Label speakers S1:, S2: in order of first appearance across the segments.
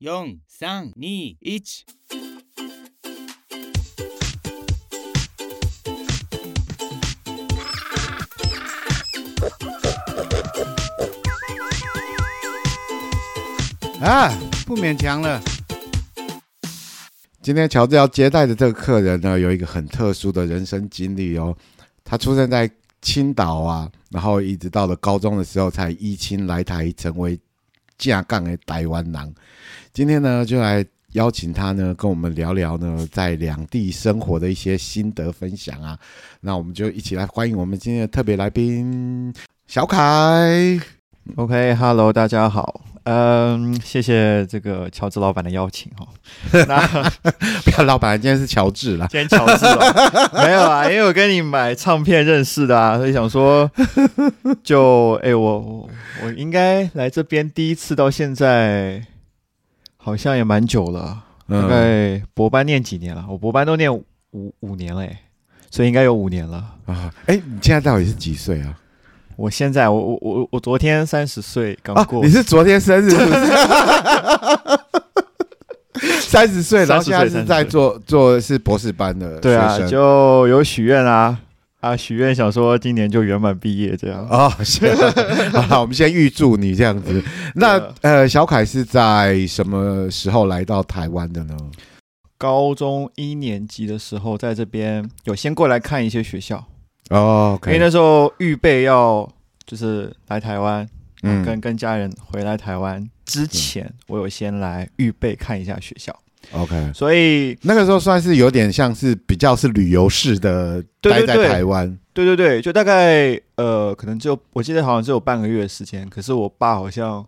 S1: 四、三、二、一。
S2: 啊，不勉强了。
S3: 今天乔治要接待的这个客人呢，有一个很特殊的人生经历哦。他出生在青岛啊，然后一直到了高中的时候才移青来台，成为架杠的台湾人。今天呢，就来邀请他呢，跟我们聊聊呢，在两地生活的一些心得分享啊。那我们就一起来欢迎我们今天的特别来宾小凯。
S4: OK，Hello，、大家好。嗯，谢谢这个乔治老板的邀请 哦。那
S3: 不要，老板今天是乔治啦。
S4: 今天乔 治、哦、没有啊，因为我跟你买唱片认识的啊，所以想说就哎、我我我应该来这边第一次到现在，好像也蛮久了，大
S3: 嗯，
S4: 概博班念几年了？我博班都念五五五年了哎，所以应该有五年了。
S3: 啊，哎，你现在到底是几岁啊？
S4: 我现在我我我我昨天三十岁刚
S3: 啊，
S4: 过，
S3: 你是昨天生日是不 是？三十岁，然后
S4: 30
S3: 现在是
S4: 岁
S3: 在做做是博士班的
S4: 对啊
S3: 学，生
S4: 就有许愿啊啊，许愿想说今年就圆满毕业这样。
S3: 哦，是好了，我们先预祝你这样 子。那
S4: 对啊
S3: 呃，小凯是在什么时候来到台湾的呢？
S4: 高中一年级的时候，在这边有先过来看一些学校，
S3: 哦
S4: 因为
S3: ，OK，
S4: 那时候预备要就是来台湾，
S3: 嗯
S4: 跟跟家人回来台湾之前，我有先来预备看一下学校，
S3: ，OK，
S4: 所以
S3: 那个时候算是有点像是比较是旅游式的，
S4: 对
S3: 待
S4: 对
S3: 在
S4: 对
S3: 台湾。
S4: 对对对，就大概呃，可能只有我记得好像只有半个月的时间，可是我爸好像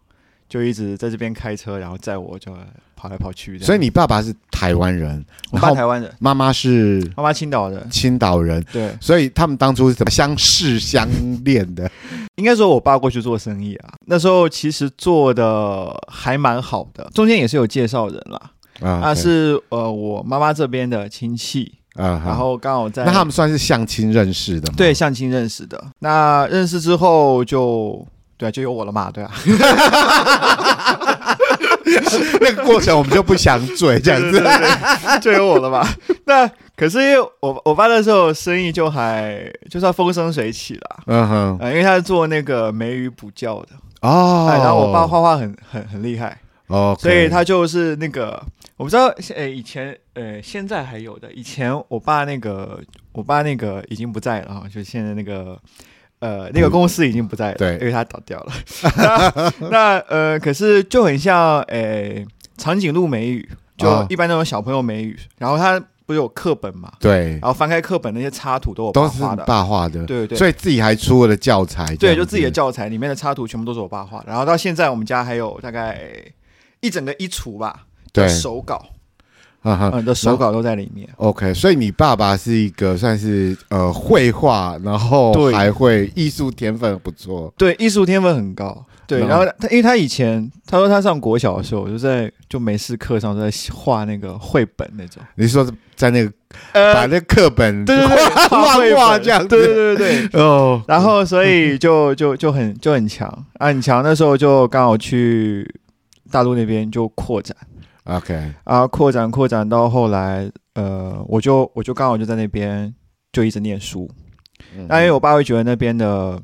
S4: 就一直在这边开车，然后载我就跑来跑去这样，
S3: 所以你爸爸是台湾人，
S4: 我
S3: 然
S4: 爸
S3: 后
S4: 台湾人，
S3: 妈妈是
S4: 妈妈青岛的，
S3: 青岛人，
S4: 对，
S3: 所以他们当初是怎么相识相恋的？
S4: 应该说，我爸过去做生意啊，那时候其实做的还蛮好的，中间也是有介绍人啦。
S3: 啊
S4: 啊，是呃，我妈妈这边的亲戚，
S3: 啊，好
S4: 然后刚好在
S3: 那他们算是相亲认识的吗？
S4: 对相亲认识的。那认识之后就对、啊，就有我了嘛，对啊，
S3: 那个过程我们就不想追这样
S4: 对
S3: 子。
S4: 对对就有我了嘛。那可是因为我我爸那时候生意就还就算风生水起啦，
S3: 嗯哼，
S4: 啊、因为他是做那个美语补教的，
S3: 哦，
S4: 哎，然后我爸画画很很很厉害。
S3: 哦，
S4: 所以他就是那个，我不知道，呃，以前，呃，现在还有的。以前我爸那个，我爸那个已经不在了哈，就现在那个，呃，那个公司已经不在了，
S3: 嗯对
S4: 因为他倒掉了。 那那呃，可是就很像，呃，长颈鹿美语，就
S3: 啊
S4: 一般那种小朋友美语，然后他不是有课本嘛，
S3: 对
S4: 然后翻开课本那些插图都我爸
S3: 都是
S4: 画
S3: 你
S4: 的，
S3: 爸画的，
S4: 对对
S3: 所以自己还出了教材这样子，
S4: 对，就自己的教材里面的插图全部都是我爸画的。然后到现在我们家还有大概一整个衣橱吧，
S3: 对，
S4: 手稿。
S3: 嗯哼。
S4: 嗯的手稿都在里面。
S3: OK，所以你爸爸是一个算是呃绘画，然后
S4: 对
S3: 还会艺术天分不错，
S4: 对，艺术天分很高。对，
S3: 嗯
S4: 然后他因为他以前他说他上国小的时候，我就在就没事课上都在画那个绘本那种，
S3: 你说是在那个把
S4: 呃，
S3: 那课本
S4: 对对对，
S3: 画
S4: 绘
S3: 画
S4: 本
S3: 这样子
S4: 对对对对 对。
S3: 哦，
S4: 然后所以就就就很就很强啊，很强。那时候就刚好去大陆那边就扩展
S3: OK
S4: 啊，扩展扩展到后来，呃，我就我就刚好就在那边就一直念书，
S3: 嗯。
S4: 那因为我爸会觉得那边的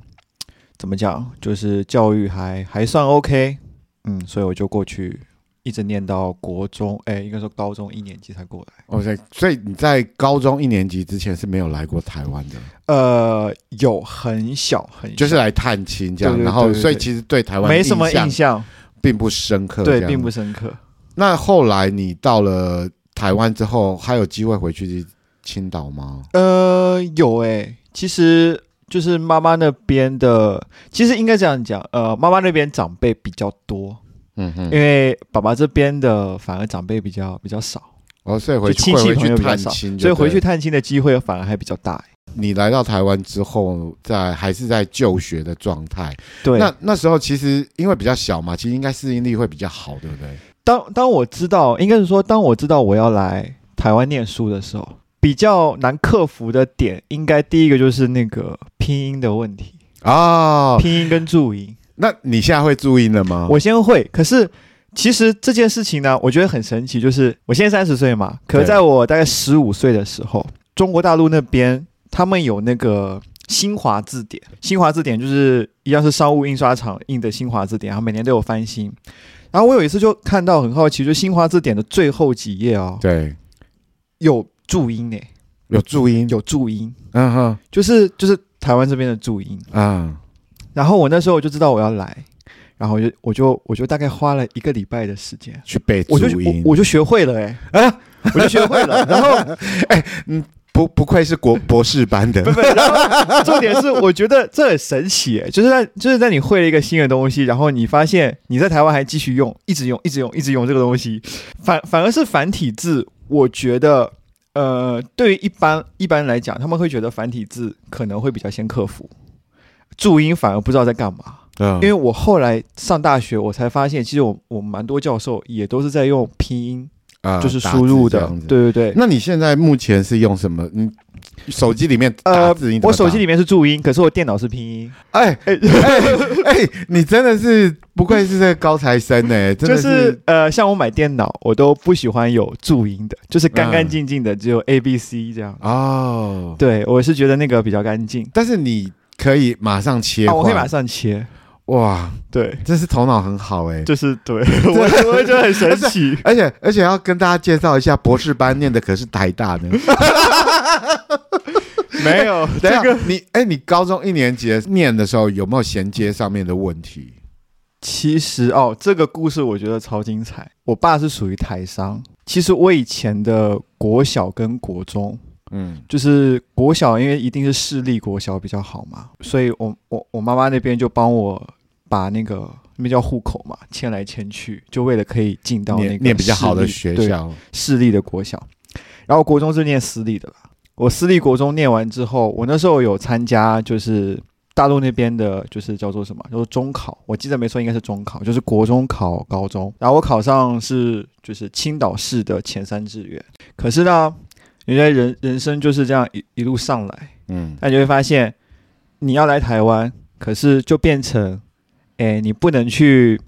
S4: 怎么讲，就是教育还还算 OK，嗯，所以我就过去一直念到国中，哎，应该说高中一年级才过来。
S3: OK，所哦以你在高中一年级之前是没有来过台湾的，
S4: 呃，有很小很小
S3: 就是来探亲这样，
S4: 对对对
S3: 然后
S4: 对对
S3: 所以其实对台湾
S4: 没什么印
S3: 象，
S4: 象，
S3: 并不深刻。
S4: 对
S3: 这，样
S4: 并不。深刻。
S3: 那后来你到了台湾之后，还有机会回去青岛吗？
S4: 呃，有哎、其实就是妈妈那边的，其实应该这样讲，呃，妈妈那边长辈比较多，
S3: 嗯哼，
S4: 因为爸爸这边的反而长辈比较比较少，
S3: 哦，所以回
S4: 就
S3: 去
S4: 亲
S3: 会
S4: 戚
S3: 回
S4: 朋友
S3: 去
S4: 比较
S3: 探
S4: 少，
S3: 亲，
S4: 所以回去
S3: 对
S4: 探亲的机会反而还比较大、欸。
S3: 你来到台湾之后，在还是在就学的状态。
S4: 对，
S3: 那那时候其实因为比较小嘛，其实应该适应力会比较好，对不对？
S4: 当当我知道，应该是说，当我知道我要来台湾念书的时候，比较难克服的点，应该第一个就是那个拼音的问题，
S3: 哦，
S4: 啊拼音跟注音，
S3: 那你现在会注音了吗？
S4: 我先会，可是其实这件事情呢，我觉得很神奇，就是我现在三十岁嘛，可是
S3: 对
S4: 在我大概十五岁的时候，中国大陆那边他们有那个新华字典，新华字典就是一样是商务印刷厂印的新华字典，然后每年都有翻新。然后我有一次就看到很好奇，就是新华字典的最后几页哦，
S3: 对，
S4: 有注音呢，
S3: 有注音，
S4: 有注音，
S3: 嗯哼，
S4: 就是就是台湾这边的注音。
S3: 啊，
S4: 然后我那时候我就知道我要来，然后我就我就我就大概花了一个礼拜的时间，
S3: 去背
S4: 我就
S3: 注
S4: 我
S3: 音，
S4: 我就学会了哎、
S3: 啊，
S4: 我就学会 了。然后
S3: 不不愧是 国博士班的，
S4: 不不，然后重点是我觉得这很神奇哎、就是在就是在你会了一个新的东西，然后你发现你在台湾还继续用，一直用，一直用，一直用这个东西，反反而是繁体字，我觉得。呃，对于一般一般来讲，他们会觉得繁体字可能会比较先克服，注音反而不知道在干嘛。
S3: 嗯
S4: 因为我后来上大学，我才发现，其实我我蛮多教授也都是在用拼音，
S3: 啊
S4: 就是输入的
S3: 打字这样，子
S4: 对对对。
S3: 那你现在目前是用什么？你手机里面打
S4: 呃
S3: 字你怎么打，
S4: 我手机里面是注音，可是我电脑是拼音，
S3: 哎 哎哎，你真的是不愧是这个高材生呢，真
S4: 就
S3: 的
S4: 是呃，像我买电脑，我都不喜欢有注音的，就是干干净净的，只有 A B C 这样。
S3: 哦，
S4: 对，我是觉得那个比较干净，
S3: 但是你可以马上切
S4: 啊，
S3: 换，
S4: 我会马上切。
S3: 哇，
S4: 对，
S3: 真是头脑很好哎。
S4: 就是 对，我我觉得很神 奇。
S3: 而且而且要跟大家介绍一下，博士班念的可是台大呢。
S4: 没有
S3: 等一
S4: 这
S3: 下
S4: 个，
S3: 你哎，你高中一年级的念的时候有没有衔接上面的问题？
S4: 其实哦，这个故事我觉得超精彩。我爸是属于台商，其实我以前的国小跟国中，
S3: 嗯，
S4: 就是国小，因为一定是私立国小比较好嘛，所以我我我妈妈那边就帮我把那个那边叫户口嘛，迁来迁去，就为了可以进到那个
S3: 念念比较好的
S4: 私
S3: 学
S4: 立，
S3: 校，
S4: 对私立的国小。然后国中是念私立的啦。我私立国中念完之后，我那时候有参加就是大陆那边的，就是叫做什么，叫做中考。我记得没错，应该是中考，就是国中考高中。然后我考上是就是青岛市的前三志愿。可是呢，人家人人生就是这样一一路上来，
S3: 嗯，
S4: 那你就会发现，你要来台湾，可是就变成，哎，你不能去，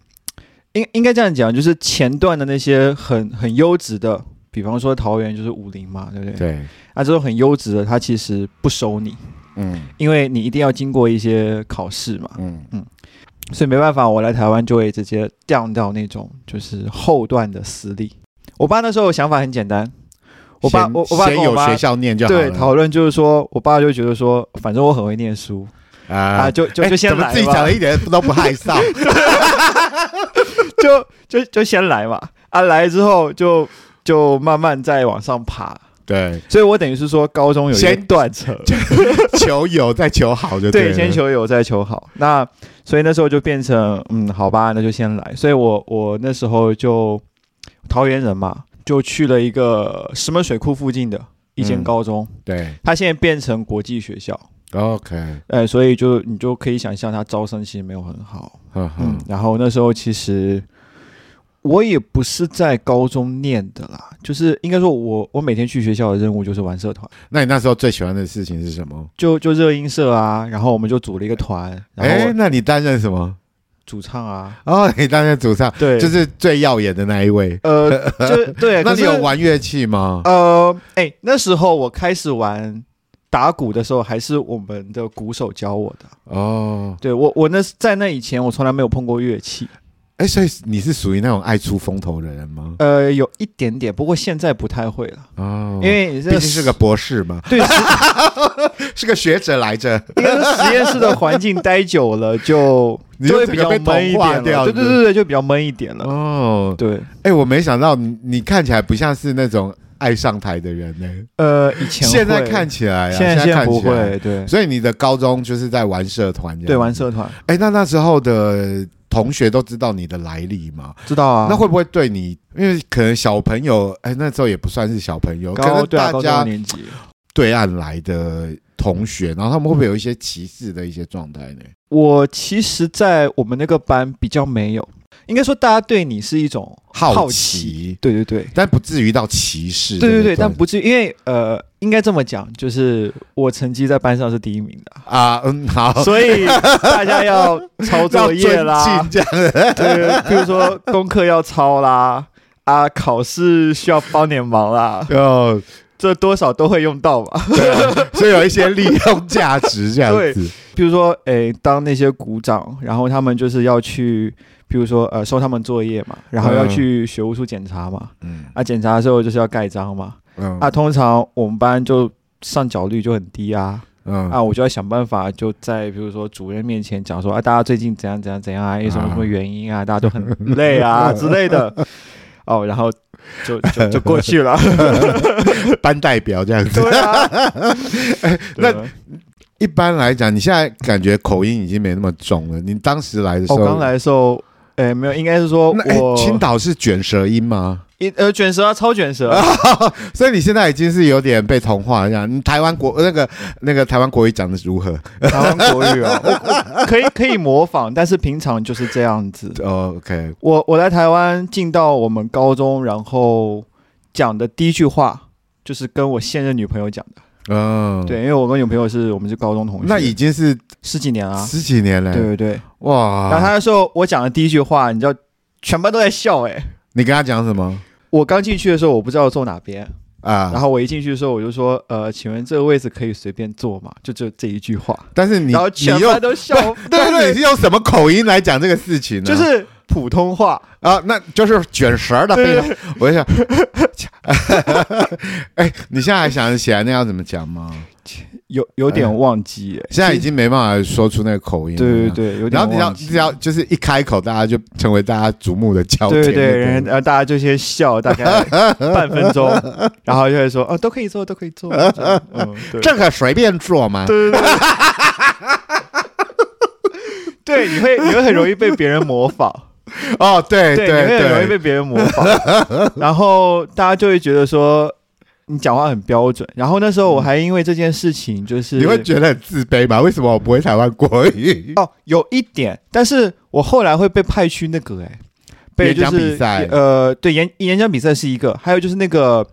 S4: 应应该这样讲，就是前段的那些很很优质的，比方说桃园就是武林嘛，对不对？
S3: 对，
S4: 啊，这种很优质的，它其实不收你，
S3: 嗯
S4: 因为你一定要经过一些考试嘛，
S3: 嗯
S4: 所以没办法，我来台湾就会直接降到那种就是后段的私立。我爸那时候的想法很简单，我爸
S3: 先
S4: 我我爸
S3: 先
S4: 跟我
S3: 有
S4: 妈
S3: 学校念就好
S4: 对
S3: 了。
S4: 讨论就是说，我爸就觉得说，反正我很会念书，啊，
S3: 啊，
S4: 就就
S3: 哎
S4: 就先
S3: 怎么
S4: 来
S3: 自己讲
S4: 嘛
S3: 的，一点都不害臊。
S4: 就就就先来嘛。啊，来之后就就慢慢再往上爬，
S3: 对，
S4: 所以我等于是说高中有一个
S3: 先
S4: 断层，
S3: 求有再求好就
S4: 对，
S3: 了
S4: 先求有再求好。那所以那时候就变成，嗯，好吧，那就先来。所以我我那时候就桃园人嘛，就去了一个石门水库附近的一间
S3: 嗯
S4: 高中，
S3: 对
S4: 它现在变成国际学校，
S3: ，OK，
S4: 哎，所以就你就可以想象它招生其实没有很好。
S3: 嗯
S4: 嗯
S3: 哼，，
S4: 然后那时候其实我也不是在高中念的啦，就是应该说我我每天去学校的任务就是玩社团，
S3: 那你那时候最喜欢的事情是什么？
S4: 就就热音社啊，然后我们就组了一个团，然
S3: 哎
S4: 后，我
S3: 那你担任什么？
S4: 主唱啊，
S3: 哦，你担任主唱，
S4: 对，
S3: 就是最耀眼的那一位。
S4: 呃，就对，
S3: 那
S4: 可
S3: 你
S4: 是
S3: 有玩乐器吗？
S4: 呃，哎，那时候我开始玩。打鼓的时候还是我们的鼓手教我的，
S3: 哦，
S4: 对我我那在那以前我从来没有碰过乐器，
S3: 哎，所以你是属于那种爱出风头的人吗？
S4: 呃，有一点点，不过现在不太会了，
S3: 哦，
S4: 因为你这
S3: 毕竟是个博士嘛，
S4: 对是
S3: 是个学者来着，
S4: 应该说实验室的环境待久了就
S3: 你就
S4: 会比较
S3: 整个被
S4: 闷一
S3: 同化
S4: 点
S3: 掉
S4: 了，对对
S3: 是不
S4: 对对，就比较闷一点了。
S3: 哦，
S4: 对，
S3: 哎，我没想到你，你看起来不像是那种爱上台的人呢。
S4: 呃，以前会
S3: 现在看起来啊，
S4: 现在现在
S3: 看
S4: 不
S3: 起来。
S4: 会，对
S3: 所以你的高中就是在玩社团，
S4: 对，玩。社团
S3: 哎，那那时候的同学都知道你的来历吗？
S4: 知道啊。
S3: 那会不会对你，因为可能小朋友，哎，那时候也不算是小朋友，可
S4: 高
S3: 能
S4: 对啊，
S3: 大
S4: 高中的
S3: 家
S4: 年级，
S3: 对岸来的同学，然后他们会不会有一些歧视的一些状态呢？
S4: 我其实，在我们那个班比较没有，应该说大家对你是一种
S3: 好
S4: 奇，
S3: 奇，
S4: 对对对，
S3: 但不至于到歧视。
S4: 对对对，
S3: 不
S4: 但不至于，因为呃，应该这么讲，就是我成绩在班上是第一名的，
S3: 啊，嗯，好，
S4: 所以大家要抄作 业
S3: 要
S4: 啦
S3: 尊敬，这样
S4: 对，比如说功课要抄啦，啊，考试需要帮点忙啦，
S3: 哦，
S4: 这多少都会用到嘛。
S3: 对啊，所以有一些利用价值这样子。
S4: 比如说，诶，当那些鼓掌，然后他们就是要去，比如说呃，收他们作业嘛，然后要
S3: 嗯
S4: 去学务处检查嘛，
S3: 嗯
S4: 啊，检查的时候就是要盖章嘛，
S3: 嗯
S4: 啊，通常我们班就上缴率就很低啊。
S3: 嗯
S4: 啊，我就要想办法，就在比如说主任面前讲说啊，大家最近怎样怎样怎样啊，有什么什么原因啊，大家都很 累啊之类的。哦，然后就就就过去了。
S3: 班代表这样子。
S4: 对啊，
S3: 那
S4: 对
S3: 一般来讲，你现在感觉口音已经没那么重了。你当时来的时
S4: 我
S3: 候，
S4: 哦刚来的时候，哎，没有，应该是说
S3: 那哎
S4: 我
S3: 青岛是卷舌音吗？
S4: 一呃卷舌啊，超卷舌，
S3: 所以你现在已经是有点被同化了这样。你台湾国那个那个台湾国语讲的如何？
S4: 台湾国语啊，我我可以可以模仿，但是平常就是这样子。
S3: 哦，OK，
S4: 我我来台湾进到我们高中，然后讲的第一句话就是跟我现任女朋友讲的。
S3: 嗯，，
S4: 对，因为我跟女朋友是我们是高中同学，
S3: 那已经是
S4: 十几年啊，
S3: 十几年啊了。
S4: 对对对。
S3: 哇，
S4: 然后他那时候我讲的第一句话，你知道，全班都在笑哎、
S3: 你跟他讲什么
S4: 我刚进去的时候，我不知道坐哪边，
S3: 啊？
S4: 然后我一进去的时候，我就说，呃，请问这个位置可以随便坐吗？就就这一句话，
S3: 但是你
S4: 然后
S3: 你
S4: 全
S3: 又
S4: 班都笑，对
S3: 但是
S4: 对
S3: 你
S4: 对，
S3: 是用什么口音来讲这个事情呢？
S4: 就是普通话，
S3: 啊，那就是卷舌儿的
S4: 对
S3: 非
S4: 对
S3: 常。我就想， 哎，你现在还想得起来那要怎么讲吗？
S4: 有有点忘记哎、
S3: 现在已经没办法说出那个口音了。
S4: 对对对，有点
S3: 然后你只要
S4: 忘
S3: 你
S4: 记
S3: 只要就是一开口，大家就成为大家瞩目的焦
S4: 对
S3: 点。
S4: 对对，
S3: 不
S4: 然后然后大家就先笑大概半 分钟，然后就会说，哦，都可以坐，都可以坐，这样嗯，对。
S3: 这可随便做吗？
S4: 对对对， 对，你会你会很容易被别人模仿，
S3: 哦，对
S4: 哎对，你会很容易
S3: 对，
S4: 被别人模仿， 然后大家就会觉得说你讲话很标准。然后那时候我还因为这件事情，就是
S3: 你会觉得很自卑吗？为什么我不会台湾国语？
S4: 哦有一点，但是我后来会被派去那个哎、被
S3: 演
S4: 就
S3: 讲
S4: 是
S3: 比赛
S4: 呃对演演讲比赛是一个，还有就是那个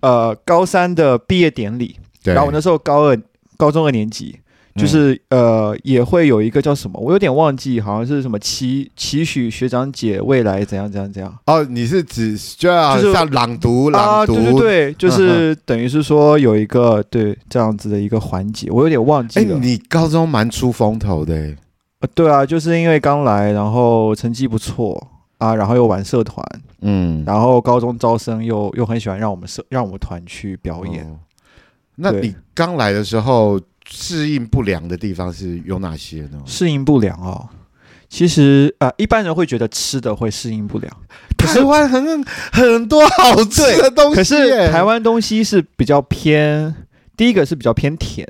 S4: 呃高三的毕业典礼，
S3: 对，
S4: 然后我那时候高二、高中二年级，
S3: 嗯
S4: 就是、呃，也会有一个叫什么，我有点忘记，好像是什么期期许学长姐未来怎样怎样怎样
S3: 哦，你是指就要
S4: 就是
S3: 像朗读
S4: 啊，
S3: 朗
S4: 对对
S3: 读？
S4: 对，就
S3: 嗯
S4: 是等于是说有一个对这样子的一个环节，我有点忘记
S3: 哎，
S4: 了。
S3: 你高中蛮出风头的哎。
S4: 呃对啊，就是因为刚来，然后成绩不错啊，然后又玩社团，
S3: 嗯，
S4: 然后高中招生又又很喜欢让我们社让我们团去表演。
S3: 哦那
S4: 对
S3: 你刚来的时候适应不良的地方是有哪些呢？
S4: 适应不良哦。其实啊、呃一般人会觉得吃的会适应不良，可是
S3: 台湾很很多好吃的东西耶，
S4: 可是台湾东西是比较偏，第一个是比较偏甜，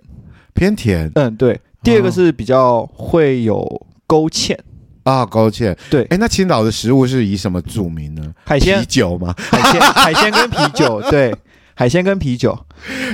S3: 偏甜
S4: 嗯，对；第二个是比较会有勾芡，
S3: 啊，勾芡。
S4: 对
S3: 哎，那青岛的食物是以什么著名呢？
S4: 海
S3: 啤
S4: 鲜、
S3: 酒吗？
S4: 海鲜、海鲜跟啤酒，对，海鲜跟啤酒。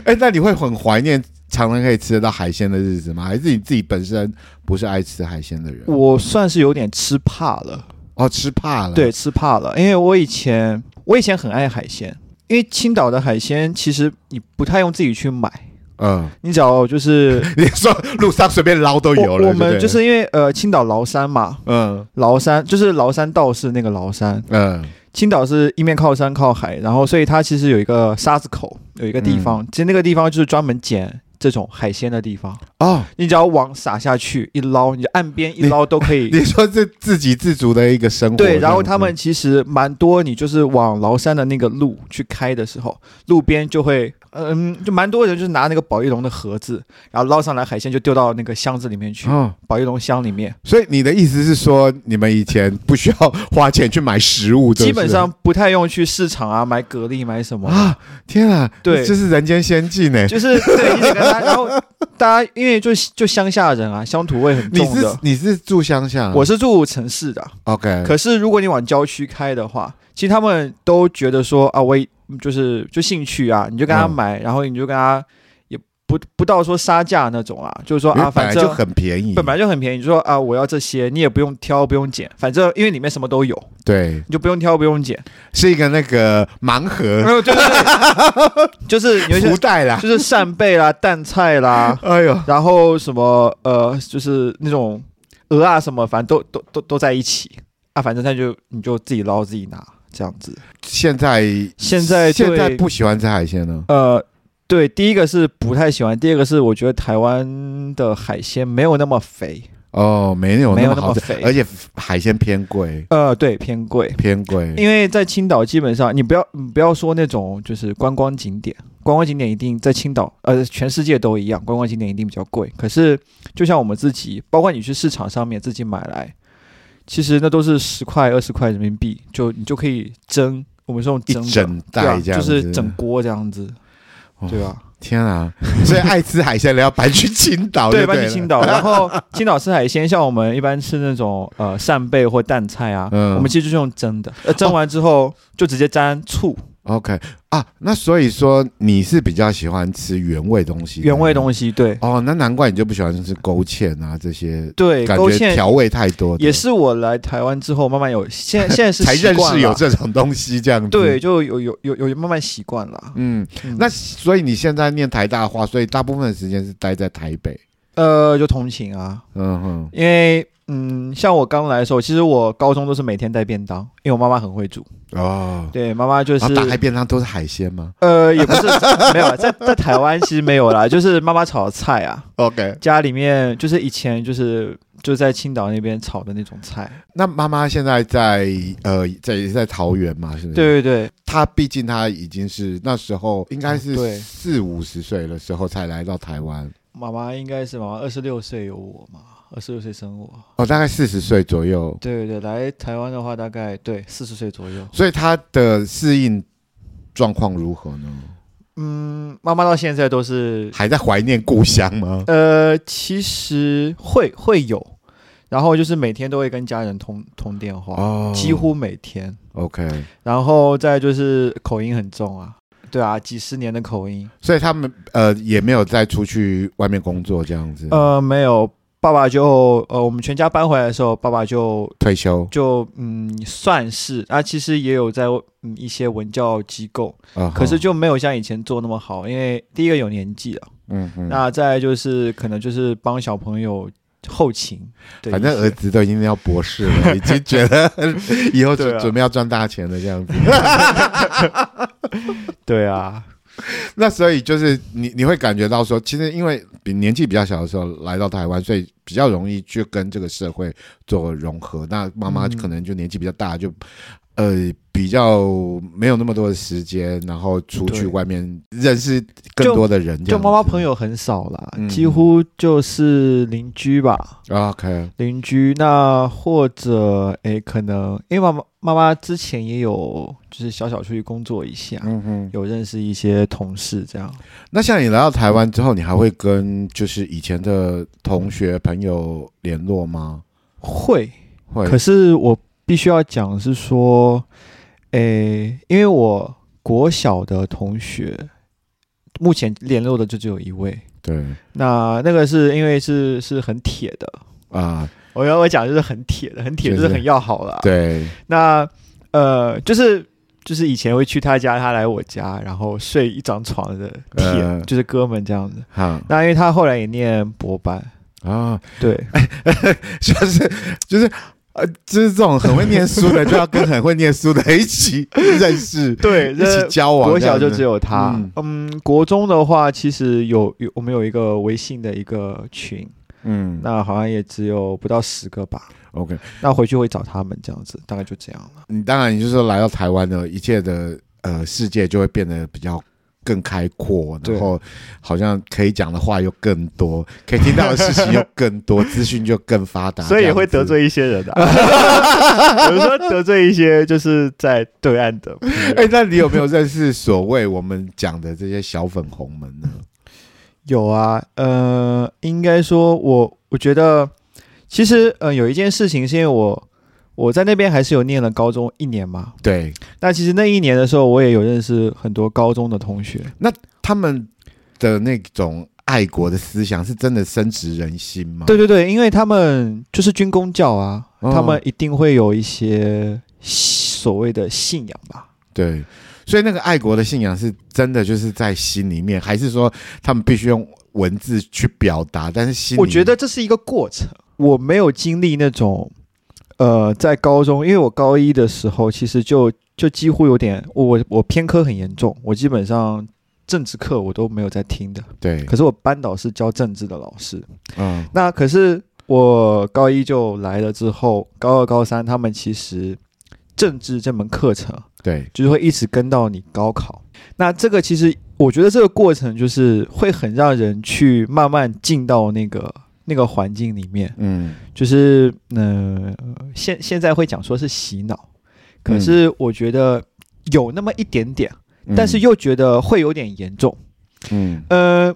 S3: 哎，那你会很怀念常常可以吃得到海鲜的日子吗？还是你自己本身不是爱吃海鲜的人？
S4: 我算是有点吃怕了，
S3: 哦，吃怕了。
S4: 对，，吃怕了，因为我以前我以前很爱海鲜，因为青岛的海鲜其实你不太用自己去买，
S3: 嗯，
S4: 你只要就是
S3: 你说路上随便捞都 有了，
S4: 我我
S3: 对
S4: 们
S3: 不对
S4: 就是因为呃青岛崂山嘛，
S3: 嗯
S4: 崂山就是崂山道士那个崂山。
S3: 嗯
S4: 青岛是一面靠山靠海，然后所以它其实有一个沙子口，有一个地方，
S3: 嗯
S4: 其实那个地方就是专门捡这种海鲜的地方。
S3: 哦，
S4: 你只要网撒下去一捞，你就岸边一捞都可以。
S3: 你说这自给自足的一个生活，
S4: 对，然后
S3: 这样
S4: 他
S3: 子
S4: 们其实蛮多，你就是往崂山的那个路去开的时候，路边就会，嗯，就蛮多人就是拿那个保育龙的盒子，然后捞上来海鲜就丢到那个箱子里面去，
S3: 哦，
S4: 保育龙箱里面，
S3: 所以你的意思是说，你们以前不需要花钱去买食物，就是
S4: 基本上不太用去市场啊买蛤蜊买什么的
S3: 啊，天啊，
S4: 对
S3: 这是人间仙境 呢。
S4: 就是对，你整个他，然后大家因为就就乡下人啊，乡土味很
S3: 你
S4: 重
S3: 是嗯
S4: 的。
S3: 你是住乡下，啊
S4: 我是住城市的，
S3: OK，
S4: 可是如果你往郊区开的话，其实他们都觉得说啊，我也就是就兴趣啊，你就跟他
S3: 嗯
S4: 买，然后你就跟他也不不到说杀价那种啦，就是说
S3: 因
S4: 啊，
S3: 为本
S4: 反
S3: 来
S4: 正
S3: 就很便宜，
S4: 本来就很便宜，就说啊，我要这些，你也不用挑，不用拣，反正因为里面什么都有，
S3: 对，
S4: 你就不用挑，不用 拣。
S3: 是一个那个盲盒
S4: 然后就是就是有一些
S3: 福袋啦。
S4: 就是扇贝 啦、蛋菜啦，
S3: 哎呦，
S4: 然后什么呃，就是那种鹅啊什么，反正都都都都在一起啊，反正他就你就自己捞自己拿这样子。
S3: 现在
S4: 现在
S3: 现在
S4: 对
S3: 不喜欢吃海鲜了，
S4: 呃，对，第一个是不太喜欢，第二个是我觉得台湾的海鲜没有那么肥，
S3: 哦，没有
S4: 没有
S3: 么
S4: 那
S3: 好
S4: 么
S3: 吃，
S4: 肥
S3: 而且海鲜偏贵，
S4: 呃，对，偏贵。
S3: 偏贵。
S4: 因为在青岛，基本上你不要你不要说那种就是观光景点，观光景点一定在青岛，呃，全世界都一样，观光景点一定比较贵。可是就像我们自己，包括你去市场上面自己买来，其实那都是十块二十块人民币，就你就可以蒸，我们是用
S3: 一
S4: 蒸的
S3: 整
S4: 对啊
S3: 袋这样
S4: 就
S3: 子，
S4: 是整锅这样子，
S3: 哦
S4: 对吧？
S3: 天啊！所以爱吃海鲜的要搬去青岛，
S4: 对，
S3: 哦对，
S4: 搬去 青。岛，然后青岛吃海鲜，像我们一般吃那种呃扇贝或淡菜啊，
S3: 嗯
S4: 我们其实就是用蒸的，呃，蒸完之后就直接沾醋，
S3: OK 啊，那所以说你是比较喜欢吃原味东西的，
S4: 原味东西，对。
S3: 哦，那难怪你就不喜欢吃勾芡啊这些，
S4: 对，
S3: 感
S4: 勾
S3: 觉
S4: 芡
S3: 调味太多的，
S4: 也是我来台湾之后慢慢有，现现在是
S3: 才
S4: 习
S3: 认
S4: 惯
S3: 识有
S4: 了
S3: 这种东西这样子。
S4: 对，，就有有有有慢慢习惯了。
S3: 嗯，
S4: 嗯
S3: 那所以你现在念台大话，所以大部分的时间是待在台北。
S4: 呃，就同情啊，
S3: 嗯哼，
S4: 因为嗯，像我刚来的时候，其实我高中都是每天带便当，因为我妈妈很会煮，
S3: 哦，
S4: 对，妈妈就
S3: 然
S4: 是
S3: 后打开便当都是海鲜吗
S4: 呃，也不是没有啊在在台湾其实没有啦，就是妈妈炒的菜啊，
S3: ？OK，
S4: 家里面就是以前就是就在青岛那边炒的那种菜，
S3: 那妈妈现在在呃，在在桃园嘛，是不是？，
S4: 对对对，
S3: 她毕竟她已经是那时候应该
S4: 嗯对
S3: 是四五十岁的时候才来到台湾，
S4: 妈妈应该是妈妈二十六岁有我嘛，二十六岁生我。
S3: 哦，大概四十岁左右，
S4: 对对，来台湾的话，大概对四十岁左右。
S3: 所以她的适应状况如何呢？
S4: 嗯，妈妈到现在都是，
S3: 还在怀念故乡吗？
S4: 呃，其实会会有，然后就是每天都会跟家人通通电话，
S3: 哦
S4: 几乎每天。
S3: OK，
S4: 然后再就是口音很重啊，对啊，几十年的口音。
S3: 所以他们呃也没有再出去外面工作这样子，
S4: 呃，没有，爸爸就呃，我们全家搬回来的时候，爸爸就
S3: 退休
S4: 就嗯，算是啊，其实也有在嗯一些文教机构，
S3: 啊，
S4: 可是
S3: 哈
S4: 就没有像以前做那么好，因为第一个有年纪了。
S3: 嗯嗯，
S4: 那再来就是可能就是帮小朋友后勤的一些，
S3: 反正呃儿子都已经要博士 了，已经觉得 以后
S4: 对
S3: 准
S4: 啊
S3: 准备要赚大钱了这样子。
S4: 对啊，
S3: 那所以就是你你会感觉到说，其实因为比年纪比较小的时候来到台湾，所以比较容易去跟这个社会做融合。那妈妈
S4: 嗯
S3: 可能就年纪比较大，就呃比较没有那么多的时间，然后出去
S4: 对
S3: 外面认识更多的人这样子，
S4: 就妈妈朋友很少啦，
S3: 嗯
S4: 几乎就是邻居吧，
S3: OK，
S4: 邻居那或者诶，可能因为妈妈妈妈之前也有就是小小出去工作一下，
S3: 嗯哼。
S4: 有认识一些同事这样，
S3: 那像你来到台湾之后，你还会跟就是以前的同学朋友联络吗？
S4: 会，
S3: 会，
S4: 可是我必须要讲的是说，诶，因为我国小的同学目前联络的就只有一位。
S3: 对
S4: 那那个是因为是是很铁的，
S3: 啊、
S4: 我要我讲就是很铁的，很铁
S3: 就
S4: 就是是很要好了。，
S3: 对，
S4: 那呃，就是就是以前会去他家，他来我家，然后睡一张床的铁，
S3: 呃
S4: 就是哥们这样子。
S3: 哈
S4: 那因为他后来也念博班，
S3: 啊，
S4: 对，
S3: 就是就是呃，就是这种很会念书的，就要跟很会念书的一起 认 识，
S4: 对
S3: 一起交往。
S4: 国小
S3: 这样
S4: 就
S3: 子
S4: 只有他。嗯国中的话，其实有有我们有一个微信的一个群，
S3: 嗯
S4: 那好像也只有不到十个吧。
S3: ，OK。
S4: 那回去会找他们这样子，大概就这样了。
S3: 你当然，你就是说来到台湾的一切的呃世界就会变得比较。更开阔，
S4: 对
S3: 然后好像可以讲的话又更多，可以听到的事情又更多， 资讯就更发达，
S4: 所以也会
S3: 这
S4: 得
S3: 样子。
S4: 罪一些人的、啊 有时候得罪一些就是在对岸的朋友。
S3: 哎、那你有没有认识所谓我们讲的这些小粉红们呢？
S4: 有啊，呃，应该说我我觉得，其实呃有一件事情是因为我我在那边还是有念了高中一年嘛。
S3: 对
S4: 那其实那一年的时候，我也有认识很多高中的同学。
S3: 他们的那种爱国的思想是真的深植人心吗？
S4: 对对对，因为他们就是军工教啊，
S3: 哦
S4: 他们一定会有一些所谓的信仰吧。
S3: 对，所以那个爱国的信仰是真的，就是在心里面，还是说他们必须用文字去表达？但是心里
S4: 我觉得这是一个过程，我没有经历那种，呃，在高中，因为我高一的时候其实就就几乎有点，我我偏科很严重，我基本上政治课我都没有在听的。
S3: 对，
S4: 可是我班导是教政治的老师，
S3: 嗯，
S4: 那可是我高一就来了之后，高二、高三他们其实政治这门课程
S3: 对，
S4: 就是会一直跟到你高考。那这个其实我觉得这个过程就是会很让人去慢慢进到那个那个环境里面，
S3: 嗯，
S4: 就是嗯、呃现现在会讲说是洗脑，可是我觉得有那么一点点，
S3: 嗯
S4: 但是又觉得会有点严重。
S3: 嗯，
S4: 呃，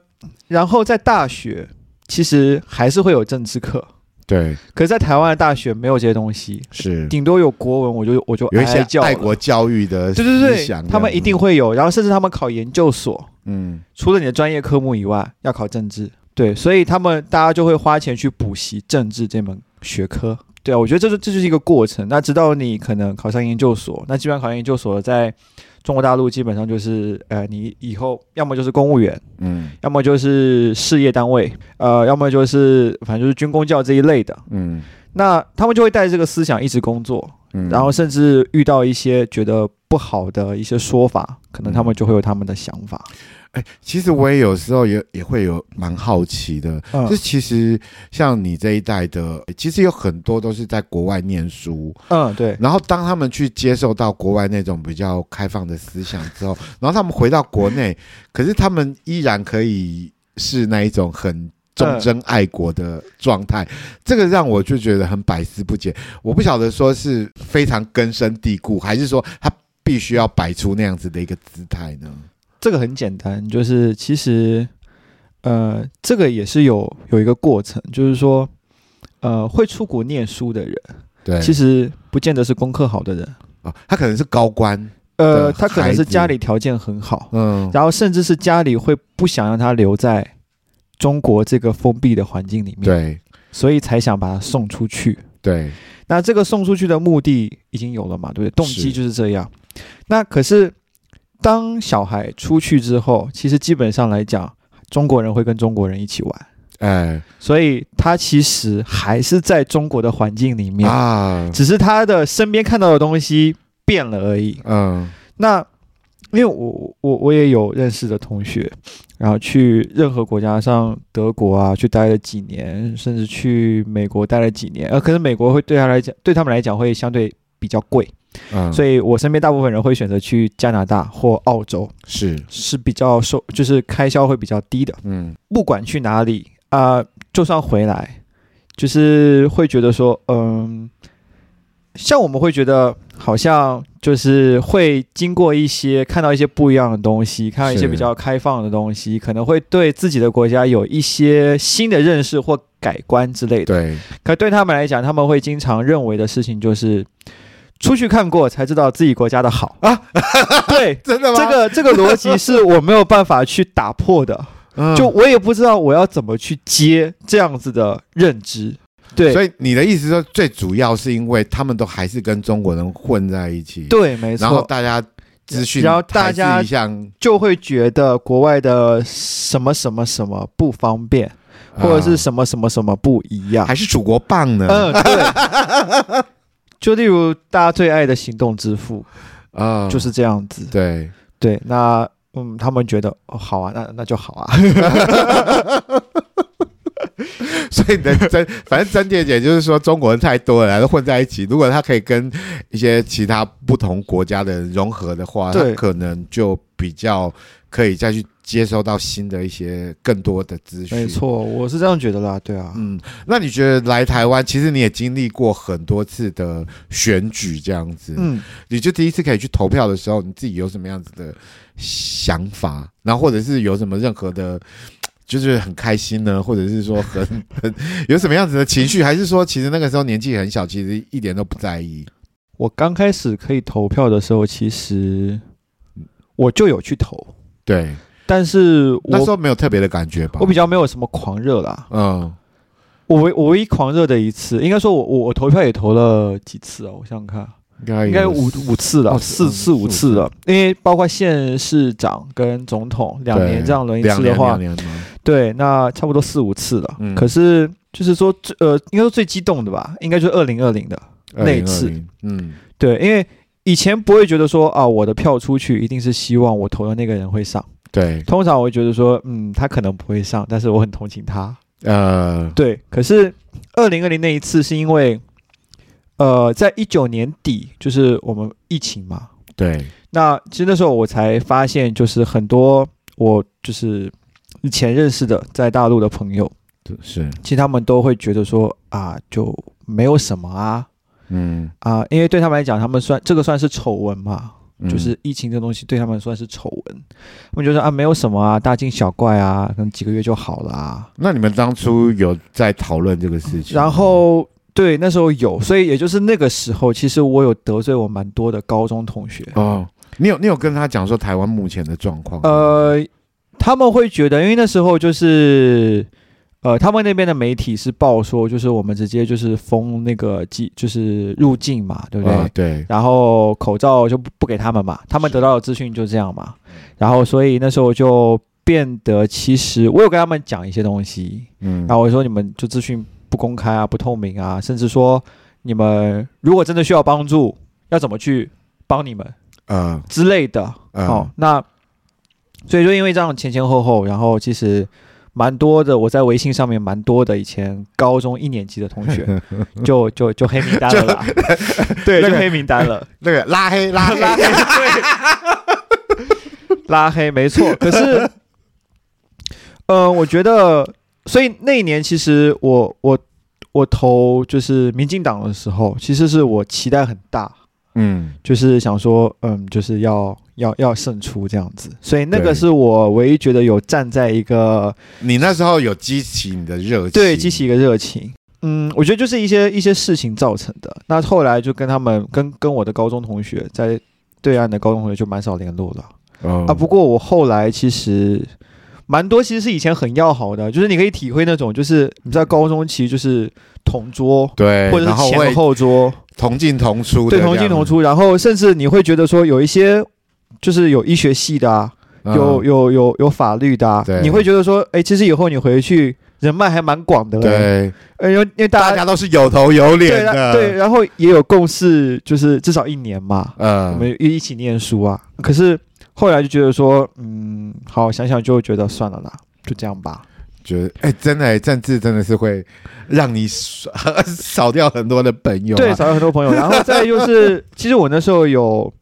S4: 然后在大学其实还是会有政治课，
S3: 对，
S4: 可是，在台湾的大学没有这些东西，
S3: 是
S4: 顶多有国文，我就我就
S3: 有一些
S4: 哀叫了
S3: 爱国教育的
S4: 对对
S3: 思想
S4: 对，他
S3: 这
S4: 们
S3: 样
S4: 一定会有，然后甚至他们考研究所，
S3: 嗯，
S4: 除了你的专业科目以外，要考政治，对，所以他们大家就会花钱去补习政治这门学科。对啊，我觉得这就这就是一个过程。那直到你可能考上研究所，那基本上考上研究所，在中国大陆基本上就是，呃，你以后要么就是公务员，
S3: 嗯
S4: 要么就是事业单位，呃，要么就是反正就是军工教这一类的。
S3: 嗯
S4: 那他们就会带着这个思想一直工作，
S3: 嗯，
S4: 然后甚至遇到一些觉得不好的一些说法，可
S3: 嗯
S4: 能他们就会有他们的想法。
S3: 哎，其实我也有时候也也会有蛮好奇的，
S4: 嗯
S3: 就是其实像你这一代的，其实有很多都是在国外念书，
S4: 嗯，对，
S3: 然后当他们去接受到国外那种比较开放的思想之后，然后他们回到国
S4: 嗯
S3: 内，可是他们依然可以是那一种很。忠贞爱国的状态，这个让我就觉得很百思不解。我不晓得说是非常根深蒂固，还是说他必须要摆出那样子的一个姿态呢？
S4: 这个很简单，就是其实，呃，这个也是有有一个过程，就是说，呃，会出国念书的人，
S3: 对，
S4: 其实不见得是功课好的人，
S3: 哦，他可能是高官，
S4: 呃，
S3: 对
S4: 他可能
S3: 孩子
S4: 是家里条件很好，
S3: 嗯，
S4: 然后甚至是家里会不想让他留在中国这个封闭的环境里面，
S3: 对
S4: 所以才想把他送出去。
S3: 对，
S4: 那这个送出去的目的已经有了嘛，对不对？动机
S3: 是
S4: 就是这样。那可是当小孩出去之后，其实基本上来讲，中国人会跟中国人一起玩，
S3: 哎
S4: 所以他其实还是在中国的环境里面，
S3: 啊，
S4: 只是他的身边看到的东西变了而已。
S3: 嗯
S4: 那因为我我我也有认识的同学，然后去任何国家，像德国啊，去待了几年，甚至去美国待了几年。呃，可是美国会对他来讲，对他们来讲会相对比较贵，
S3: 嗯，
S4: 所
S3: 以
S4: 以我身边大部分人会选择去加拿大或澳洲，
S3: 是
S4: 是比较受就是开销会比较低的。
S3: 嗯
S4: 不管去哪里啊、就算回来，就是会觉得说，嗯，像我们会觉得好像就是会经过一些看到一些不一样的东西，看到一些
S3: 是
S4: 比较开放的东西，可能会对自己的国家有一些新的认识或改观之类的。
S3: 对
S4: 可对他们来讲，他们会经常认为的事情就是。出去看过才知道自己国家的好啊！对，
S3: 真的
S4: 这个这个逻辑是我没有办法去打破的。
S3: 个
S4: 就我也不知道我要怎么去接这样子的认知。对，
S3: 所以你的意思说，最主要是因为他们都还是跟中国人混在一起，，
S4: 对，没
S3: 然后
S4: 错，
S3: 大家资讯，
S4: 然后大家
S3: 一项，
S4: 就会觉得国外的什么什么什么不方便，或者是
S3: 啊
S4: 什么什么什么不一样。
S3: 呃还是祖国棒呢？
S4: 嗯，对。 就例如大家最爱的行动支付
S3: 啊，
S4: 就是这样子。
S3: 对，
S4: 对，那嗯，他们觉得哦，好啊，那那就好啊。
S3: 所以你的真，反正真点姐就是说，中国人太多了，然后混在一起。如果他可以跟一些其他不同国家的人融合的话，他
S4: 对
S3: 可能就比较可以再去接收到新的一些更多的资讯。
S4: 没，错，我是这样觉得啦。对啊，
S3: 嗯，那你觉得来台湾，其实你也经历过很多次的选举这样子，
S4: 嗯，
S3: 你就第一次可以去投票的时候，你自己有什么样子的想法？然后或者是有什么任何的，就是很开心呢，或者是说 很 很有什么样子的情绪？还是说其实那个时候年纪很小，其实一点都不在意？
S4: 我刚开始可以投票的时候，其实我就有去投。
S3: 对，
S4: 但是
S3: 那时
S4: 我
S3: 候没有特别的感觉吧？
S4: 我比较没有什么狂热啦。
S3: 嗯
S4: 我唯我唯一狂热的一次，应该说我我我投票也投了几次啊？我想想看，
S3: 应该
S4: 应该
S3: 有
S4: 有五五次了，
S3: 哦
S4: 四
S3: 哎嗯
S4: 四五
S3: 四
S4: 次了，因为包括县市长跟总统两
S3: 对
S4: 年这样轮一
S3: 两
S4: 次的
S3: 年
S4: 话
S3: 两，年吗
S4: 对，那差不多四五次了。
S3: 嗯
S4: 可是就是说最呃，应该说最激动的吧，应该就是二零二零的，那一次
S3: 2020嗯
S4: 对，因为以前不会觉得说啊，我的票出去一定是希望我投的那个人会上，
S3: 对
S4: 通常我会觉得说，嗯，他可能不会上，但是我很同情他。
S3: 呃
S4: 对，可是二零二零那一次是因为，呃，在一九年底就是我们疫情嘛，
S3: 对
S4: 那其实那时候我才发现，就是很多我就是以前认识的在大陆的朋友，
S3: 是
S4: 其实他们都会觉得说啊，就没有什么啊
S3: 嗯
S4: 啊，因为对他们来讲，他们算这个算是丑闻嘛，
S3: 嗯
S4: 就是疫情这东西对他们算是丑闻，他们觉得啊没有什么啊，大惊小怪啊，可能几个月就好了啊。
S3: 那你们当初有在讨论这个事情吗？
S4: 然后对那时候有，所以也就是那个时候，其实我有得罪我蛮多的高中同学，
S3: 哦，你有你有跟他讲说台湾目前的状况吗？
S4: 呃，他们会觉得，因为那时候就是。呃，他们那边的媒体是报说，就是我们直接就是封那个机，就是入境嘛，对不对？
S3: 啊对
S4: 然后口罩就不不给他们嘛，他们得到的资讯就这样嘛。然后所以那时候就变得，其实我有跟他们讲一些东西，
S3: 嗯
S4: 然后我说你们就资讯不公开啊，不透明啊，甚至说你们如果真的需要帮助，要怎么去帮你们
S3: 呃
S4: 之类的。
S3: 嗯
S4: 哦，那所以就因为这样前前后后，然后其实。蛮多的，我在微信上面蛮多的，以前高中一年级的同学 就就就黑名单了啦，对，
S3: 那
S4: 就
S3: 个
S4: 黑名单了。
S3: 那个拉黑拉黑
S4: 拉黑，对， 拉黑没错。可是， 呃，我觉得，所以那一年其实我我我投就是民进党的时候，其实是我期待很大，
S3: 嗯
S4: 就是想说，嗯，就是要要要胜出这样子。所以那
S3: 对
S4: 个是我唯一觉得有站在一个
S3: 你那时候有激起你的热情
S4: 对激起一个热情。嗯，我觉得就是一些一些事情造成的。那后来就跟他们跟跟我的高中同学在对岸的高中同学就蛮少联络了。
S3: 哦
S4: 啊，不过我后来其实蛮多，其实是以前很要好的，就是你可以体会那种，就是你知道高中其实就是同桌
S3: 对，
S4: 或者
S3: 哎然
S4: 是
S3: 后
S4: 前
S3: 会
S4: 后桌，
S3: 同进同出的
S4: 对，
S3: 这样
S4: 同
S3: 子，
S4: 进同出，然后甚至你会觉得说有一些就是有医学系的啊，
S3: 嗯，
S4: 有有有有法律的啊
S3: 对，
S4: 你会觉得说，哎，其实以后你回去人脉还蛮广的嘞，
S3: 对，
S4: 呃，因为因为大
S3: 大
S4: 家
S3: 家都是有头有
S4: 对
S3: 脸
S4: 然
S3: 的，
S4: 对，，然后也有共识，就是至少一年嘛，我
S3: 呃，
S4: 们一起念书啊。可是后来就觉得说，嗯，好想想就觉得算了啦，就这样吧。
S3: 觉得哎，真的政治真的是会让你少 少掉很多的朋友啊，
S4: 对，少了很多 朋友。然后再就是，其实我那时候有。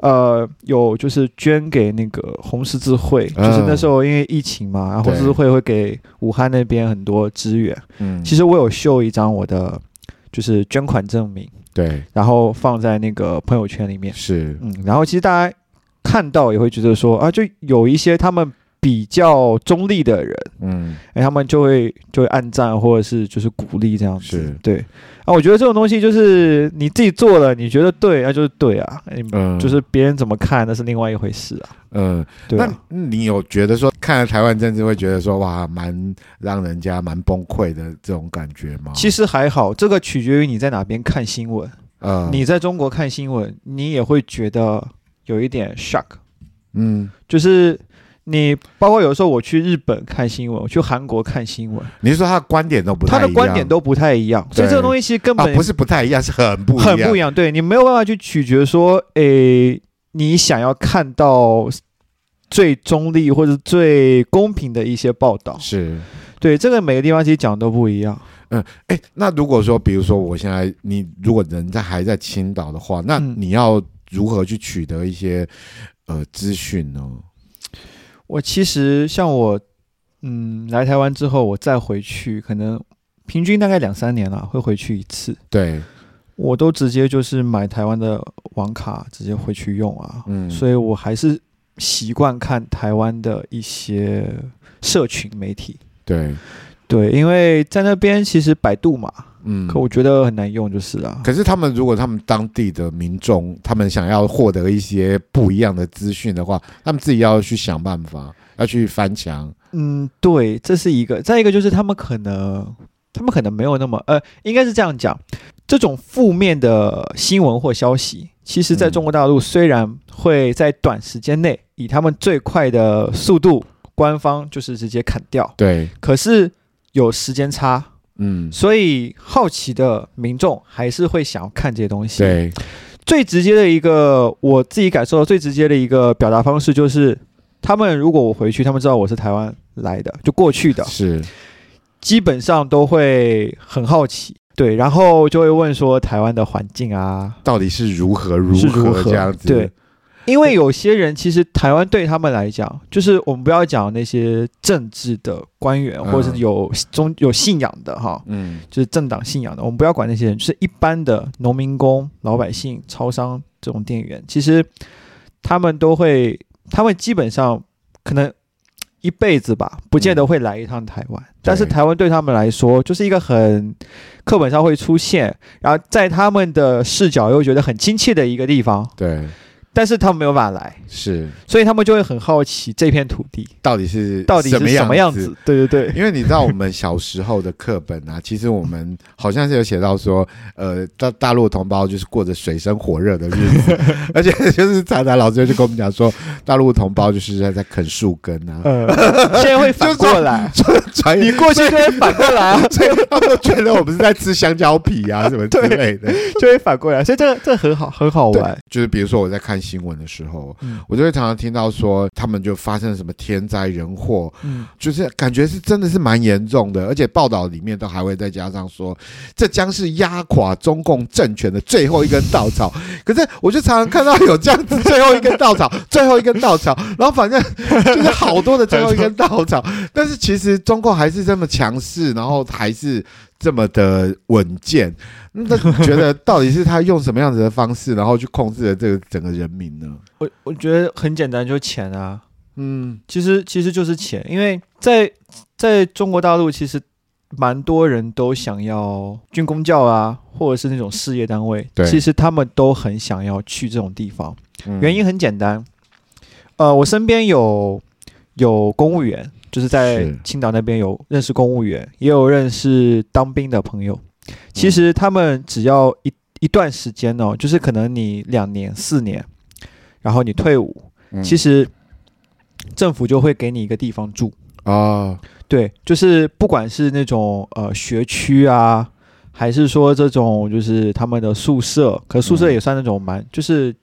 S4: 呃，有就是捐给那个红十字会，
S3: 嗯
S4: 就是那时候因为疫情嘛，然后
S3: 对
S4: 红十字会会给武汉那边很多支援。
S3: 嗯，
S4: 其实我有秀一张我的就是捐款证明，
S3: 对
S4: 然后放在那个朋友圈里面。
S3: 是，
S4: 嗯，然后其实大家看到也会觉得说啊，就有一些他们比较中立的人，
S3: 嗯
S4: 哎，他们就会就会暗赞或者是就是鼓励这样子
S3: 是。
S4: 对啊，我觉得这种东西就是你自己做了，你觉得对，那、就是对啊，哎
S3: 嗯，
S4: 就是别人怎么看那是另外一回事啊。
S3: 嗯。
S4: 对啊，
S3: 那你有觉得说看了台湾政治会觉得说哇，蛮让人家蛮崩溃的这种感觉吗？
S4: 其实还好，这个取决于你在哪边看新闻。
S3: 呃，
S4: 你在中国看新闻，你也会觉得有一点 shock，
S3: 嗯，
S4: 就是你包括有时候我去日本看新闻，我去韩国看新闻。
S3: 你是说他观点都不太
S4: 他
S3: 一
S4: 的
S3: 样，
S4: 观点都不太一样，所以
S3: 对
S4: 这个东西其实根
S3: 啊
S4: 本、
S3: 不是不太一样，是很不一
S4: 很
S3: 样，
S4: 不一样。对你没有办法去取决说，诶，你想要看到最中立或者最公平的一些报道。
S3: 是。
S4: 对，这个每个地方其实讲都不一样。
S3: 哎，那如果说，比如说我现在你如果人在还在青岛的话，那
S4: 嗯
S3: 你要如何去取得一些呃资讯呢？
S4: 我其实像我，嗯，来台湾之后，我再回去，可能平均大概两三年了，会回去一次。
S3: 对，
S4: 我都直接就是买台湾的网卡，直接回去用啊。
S3: 嗯
S4: 所以我还是习惯看台湾的一些社群媒体。
S3: 对，
S4: 对，因为在那边其实百度嘛，
S3: 嗯，
S4: 可我觉得很难用就是啊。
S3: 可是他们如果他们当地的民众，他们想要获得一些不一样的资讯的话，他们自己要去想办法，要去翻墙。
S4: 嗯，对，这是一个。再一个就是他们可能，他们可能没有那么呃，应该是这样讲，这种负面的新闻或消息，其实在
S3: 嗯
S4: 中国大陆虽然会在短时间内以他们最快的速度，官方就是直接砍掉，
S3: 对，
S4: 可是有时间差，
S3: 嗯，
S4: 所以好奇的民众还是会想要看这些东西。
S3: 对，
S4: 最直接的一个，我自己感受到最直接的一个表达方式就是，他们如果我回去，他们知道我是台湾来的，就过去的，
S3: 是，
S4: 基本上都会很好奇，对，然后就会问说台湾的环境啊，
S3: 到底是如何如
S4: 是如
S3: 何
S4: 何
S3: 这样子？
S4: 对，因为有些人其实台湾对他们来讲，就是我们不要讲那些政治的官员，
S3: 嗯
S4: 或者是有宗有信仰的哈，
S3: 嗯，
S4: 就是政党信仰的，我们不要管那些人，就是一般的农民工、老百姓、超商这种店员，其实他们都会，他们基本上可能一辈子吧，不见得会来一趟台湾。但是台湾对他们来说，就是一个很课本上会出现，然后在他们的视角又觉得很亲切的一个地方，
S3: 对，
S4: 但是他们没有办法来，
S3: 是，
S4: 所以他们就会很好奇这片土地
S3: 到底是
S4: 到底是什么样
S3: 子
S4: 子？。对对对，
S3: 因为你知道我们小时候的课本啊， 其实我们好像是有写到说，呃，大大陆同胞就是过着水深火热的日 子，而且就是常常老师就跟我们讲说，大陆同胞就是在在啃树根啊，
S4: 呃， 现在会反过来，
S3: 传
S4: 你过 去就会反过来啊。
S3: 所以他们都觉得我们是在吃香蕉皮啊什么之类的。
S4: 就会反过来，所以这个这个很好，很好玩
S3: 对。，就是比如说我在看新闻的时候，
S4: 嗯
S3: 我就会常常听到说他们就发生什么天灾人祸，
S4: 嗯，
S3: 就是感觉是真的是蛮严重的，而且报道里面都还会再加上说，这将是压垮中共政权的最后一根稻草。 可是我就常常看到有这样子最后一根稻草，最后一根稻草，然后反正 就是好多的最后一根稻草，但是其实中共还是这么强势，然后还是这么的稳健。那觉得到底是他用什么样子的方式，然后去控制了这个整个人民呢？
S4: 我我觉得很简单，就是钱啊，
S3: 嗯，
S4: 其实其实就是钱，因为在在中国大陆其实蛮多人都想要军工教啊，或者是那种事业单位，
S3: 对
S4: 其实他们都很想要去这种地方，
S3: 嗯
S4: 原因很简单，呃，我身边有有公务员，就是在
S3: 是
S4: 青岛那边有认识公务员，也有认识当兵的朋友。其实
S3: 嗯
S4: 他们只要一一段时间哦，就是可能你两年、四年，然后你退伍，
S3: 嗯
S4: 其实政府就会给你一个地方住。
S3: 啊，
S4: 对，就是不管是那种呃学区啊，还是说这种就是他们的宿舍，可宿舍
S3: 嗯
S4: 也算那种蛮，就是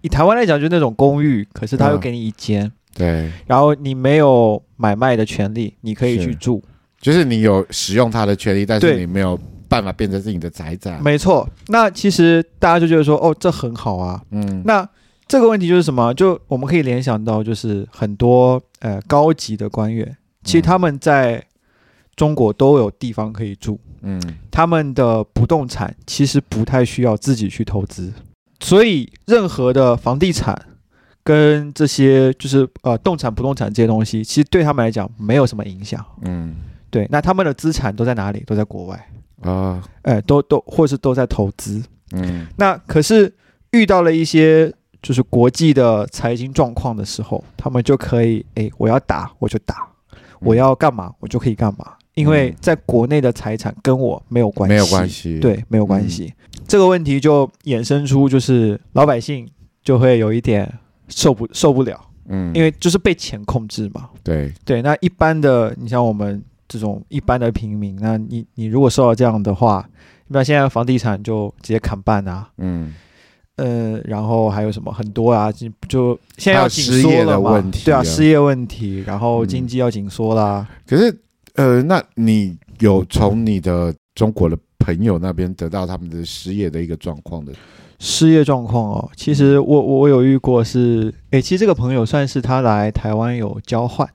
S4: 以台湾来讲，就是那种公寓，可是他又
S3: 嗯
S4: 给你一间，
S3: 对，
S4: 然后你没有买卖的权利，你可以
S3: 是
S4: 去住。
S3: 就是你有使用它的权利，但是
S4: 对
S3: 你没有办法变成是你的财产。
S4: 没错，那其实大家就觉得说，哦，这很好啊。
S3: 嗯，
S4: 那这个问题就是什么？就我们可以联想到，就是很多呃高级的官员，
S3: 嗯
S4: 其实他们在中国都有地方可以住。
S3: 嗯，
S4: 他们的不动产其实不太需要自己去投资，所以任何的房地产跟这些就是呃动产、不动产这些东西，其实对他们来讲没有什么影响。
S3: 嗯，
S4: 对，那他们的资产都在哪里？都在国外，
S3: 啊，
S4: 哎，都都或是都在投资。
S3: 嗯，
S4: 那可是遇到了一些就是国际的财经状况的时候，他们就可以，哎，我要打我就打，我要干嘛我就可以干嘛，因为
S3: 嗯
S4: 在国内的财产跟我没有关系，
S3: 没有关系。，
S4: 对，没有
S3: 嗯
S4: 关系。这个问题就衍生出，就是老百姓就会有一点受不受不了，
S3: 嗯，
S4: 因为就是被钱控制嘛。
S3: 对，
S4: 对，那一般的，你像我们这种一般的平民，那你你如果受到这样的话，那现在房地产就直接砍半啊，
S3: 嗯，
S4: 呃，然后还有什么很多啊，就就现在
S3: 还有
S4: 要紧缩
S3: 失业的
S4: 了嘛
S3: 问题
S4: 对啊，
S3: 啊
S4: 失业问题，然后
S3: 嗯
S4: 经济要紧缩啦，
S3: 可是，呃，那你有从你的中国的朋友那边得到他们的失业的一个状况的？
S4: 失业状况哦，其实我我有遇过是，诶，其实这个朋友算是他来台湾有交换，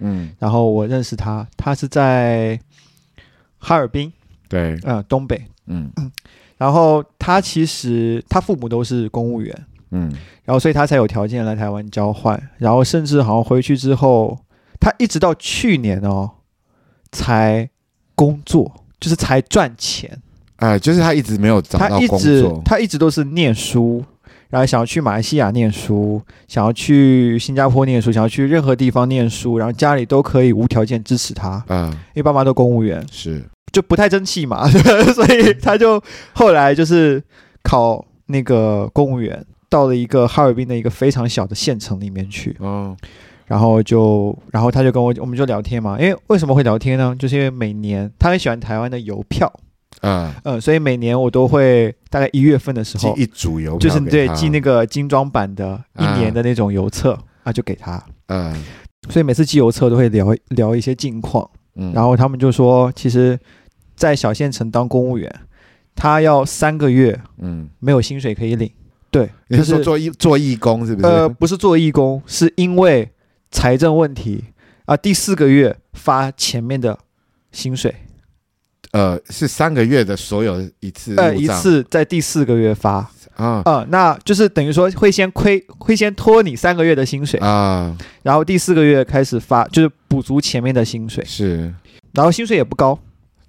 S3: 嗯，
S4: 然后我认识他，他是在哈尔滨，
S3: 对，
S4: 嗯，东北。
S3: 嗯
S4: 然后他其实他父母都是公务员，
S3: 嗯，
S4: 然后所以他才有条件来台湾交换，然后甚至好像回去之后，他一直到去年哦才工作，就是才赚钱。
S3: 哎，就是他一直没有找
S4: 他
S3: 到
S4: 一
S3: 工
S4: 直
S3: 作，
S4: 他一直都是念书，然后想要去马来西亚念书，想要去新加坡念书，想要去任何地方念书，然后家里都可以无条件支持他，
S3: 嗯、
S4: 因为爸妈都公务员，
S3: 是
S4: 就不太争气嘛， 所以他就后来就是考那个公务员，到了一个哈尔滨的一个非常小的县城里面去，
S3: 哦，
S4: 然后就然后他就跟我我们就聊天嘛，因为为什么会聊天呢？就是因为每年他很喜欢台湾的邮票，
S3: 嗯，
S4: 嗯，所以每年我都会大概一月份的时
S3: 寄
S4: 候，
S3: 一组邮
S4: 就
S3: 票
S4: 是
S3: 给
S4: 对
S3: 他
S4: 寄那个精装版的一
S3: 啊
S4: 年的那种邮册啊，就给他。
S3: 嗯
S4: 所以每次寄邮册都会聊聊一些近况，
S3: 嗯，
S4: 然后他们就说，其实，在小县城当公务员，他要三个月
S3: 嗯，
S4: 没有薪水可以领。对，
S3: 你
S4: 就是
S3: 说
S4: 是
S3: 做义做义工是不是？
S4: 呃，不是做义工，是因为财政问题啊、第四个月发前面的薪水，
S3: 呃，是三个月的所有一次
S4: 呃，
S3: 入
S4: 一
S3: 账
S4: 次在第四个月发，
S3: 啊
S4: 啊、那就是等于说会先亏，会先拖你三个月的薪水，
S3: 啊
S4: 然后第四个月开始发，就是补足前面的薪水，
S3: 是，
S4: 然后薪水也不高，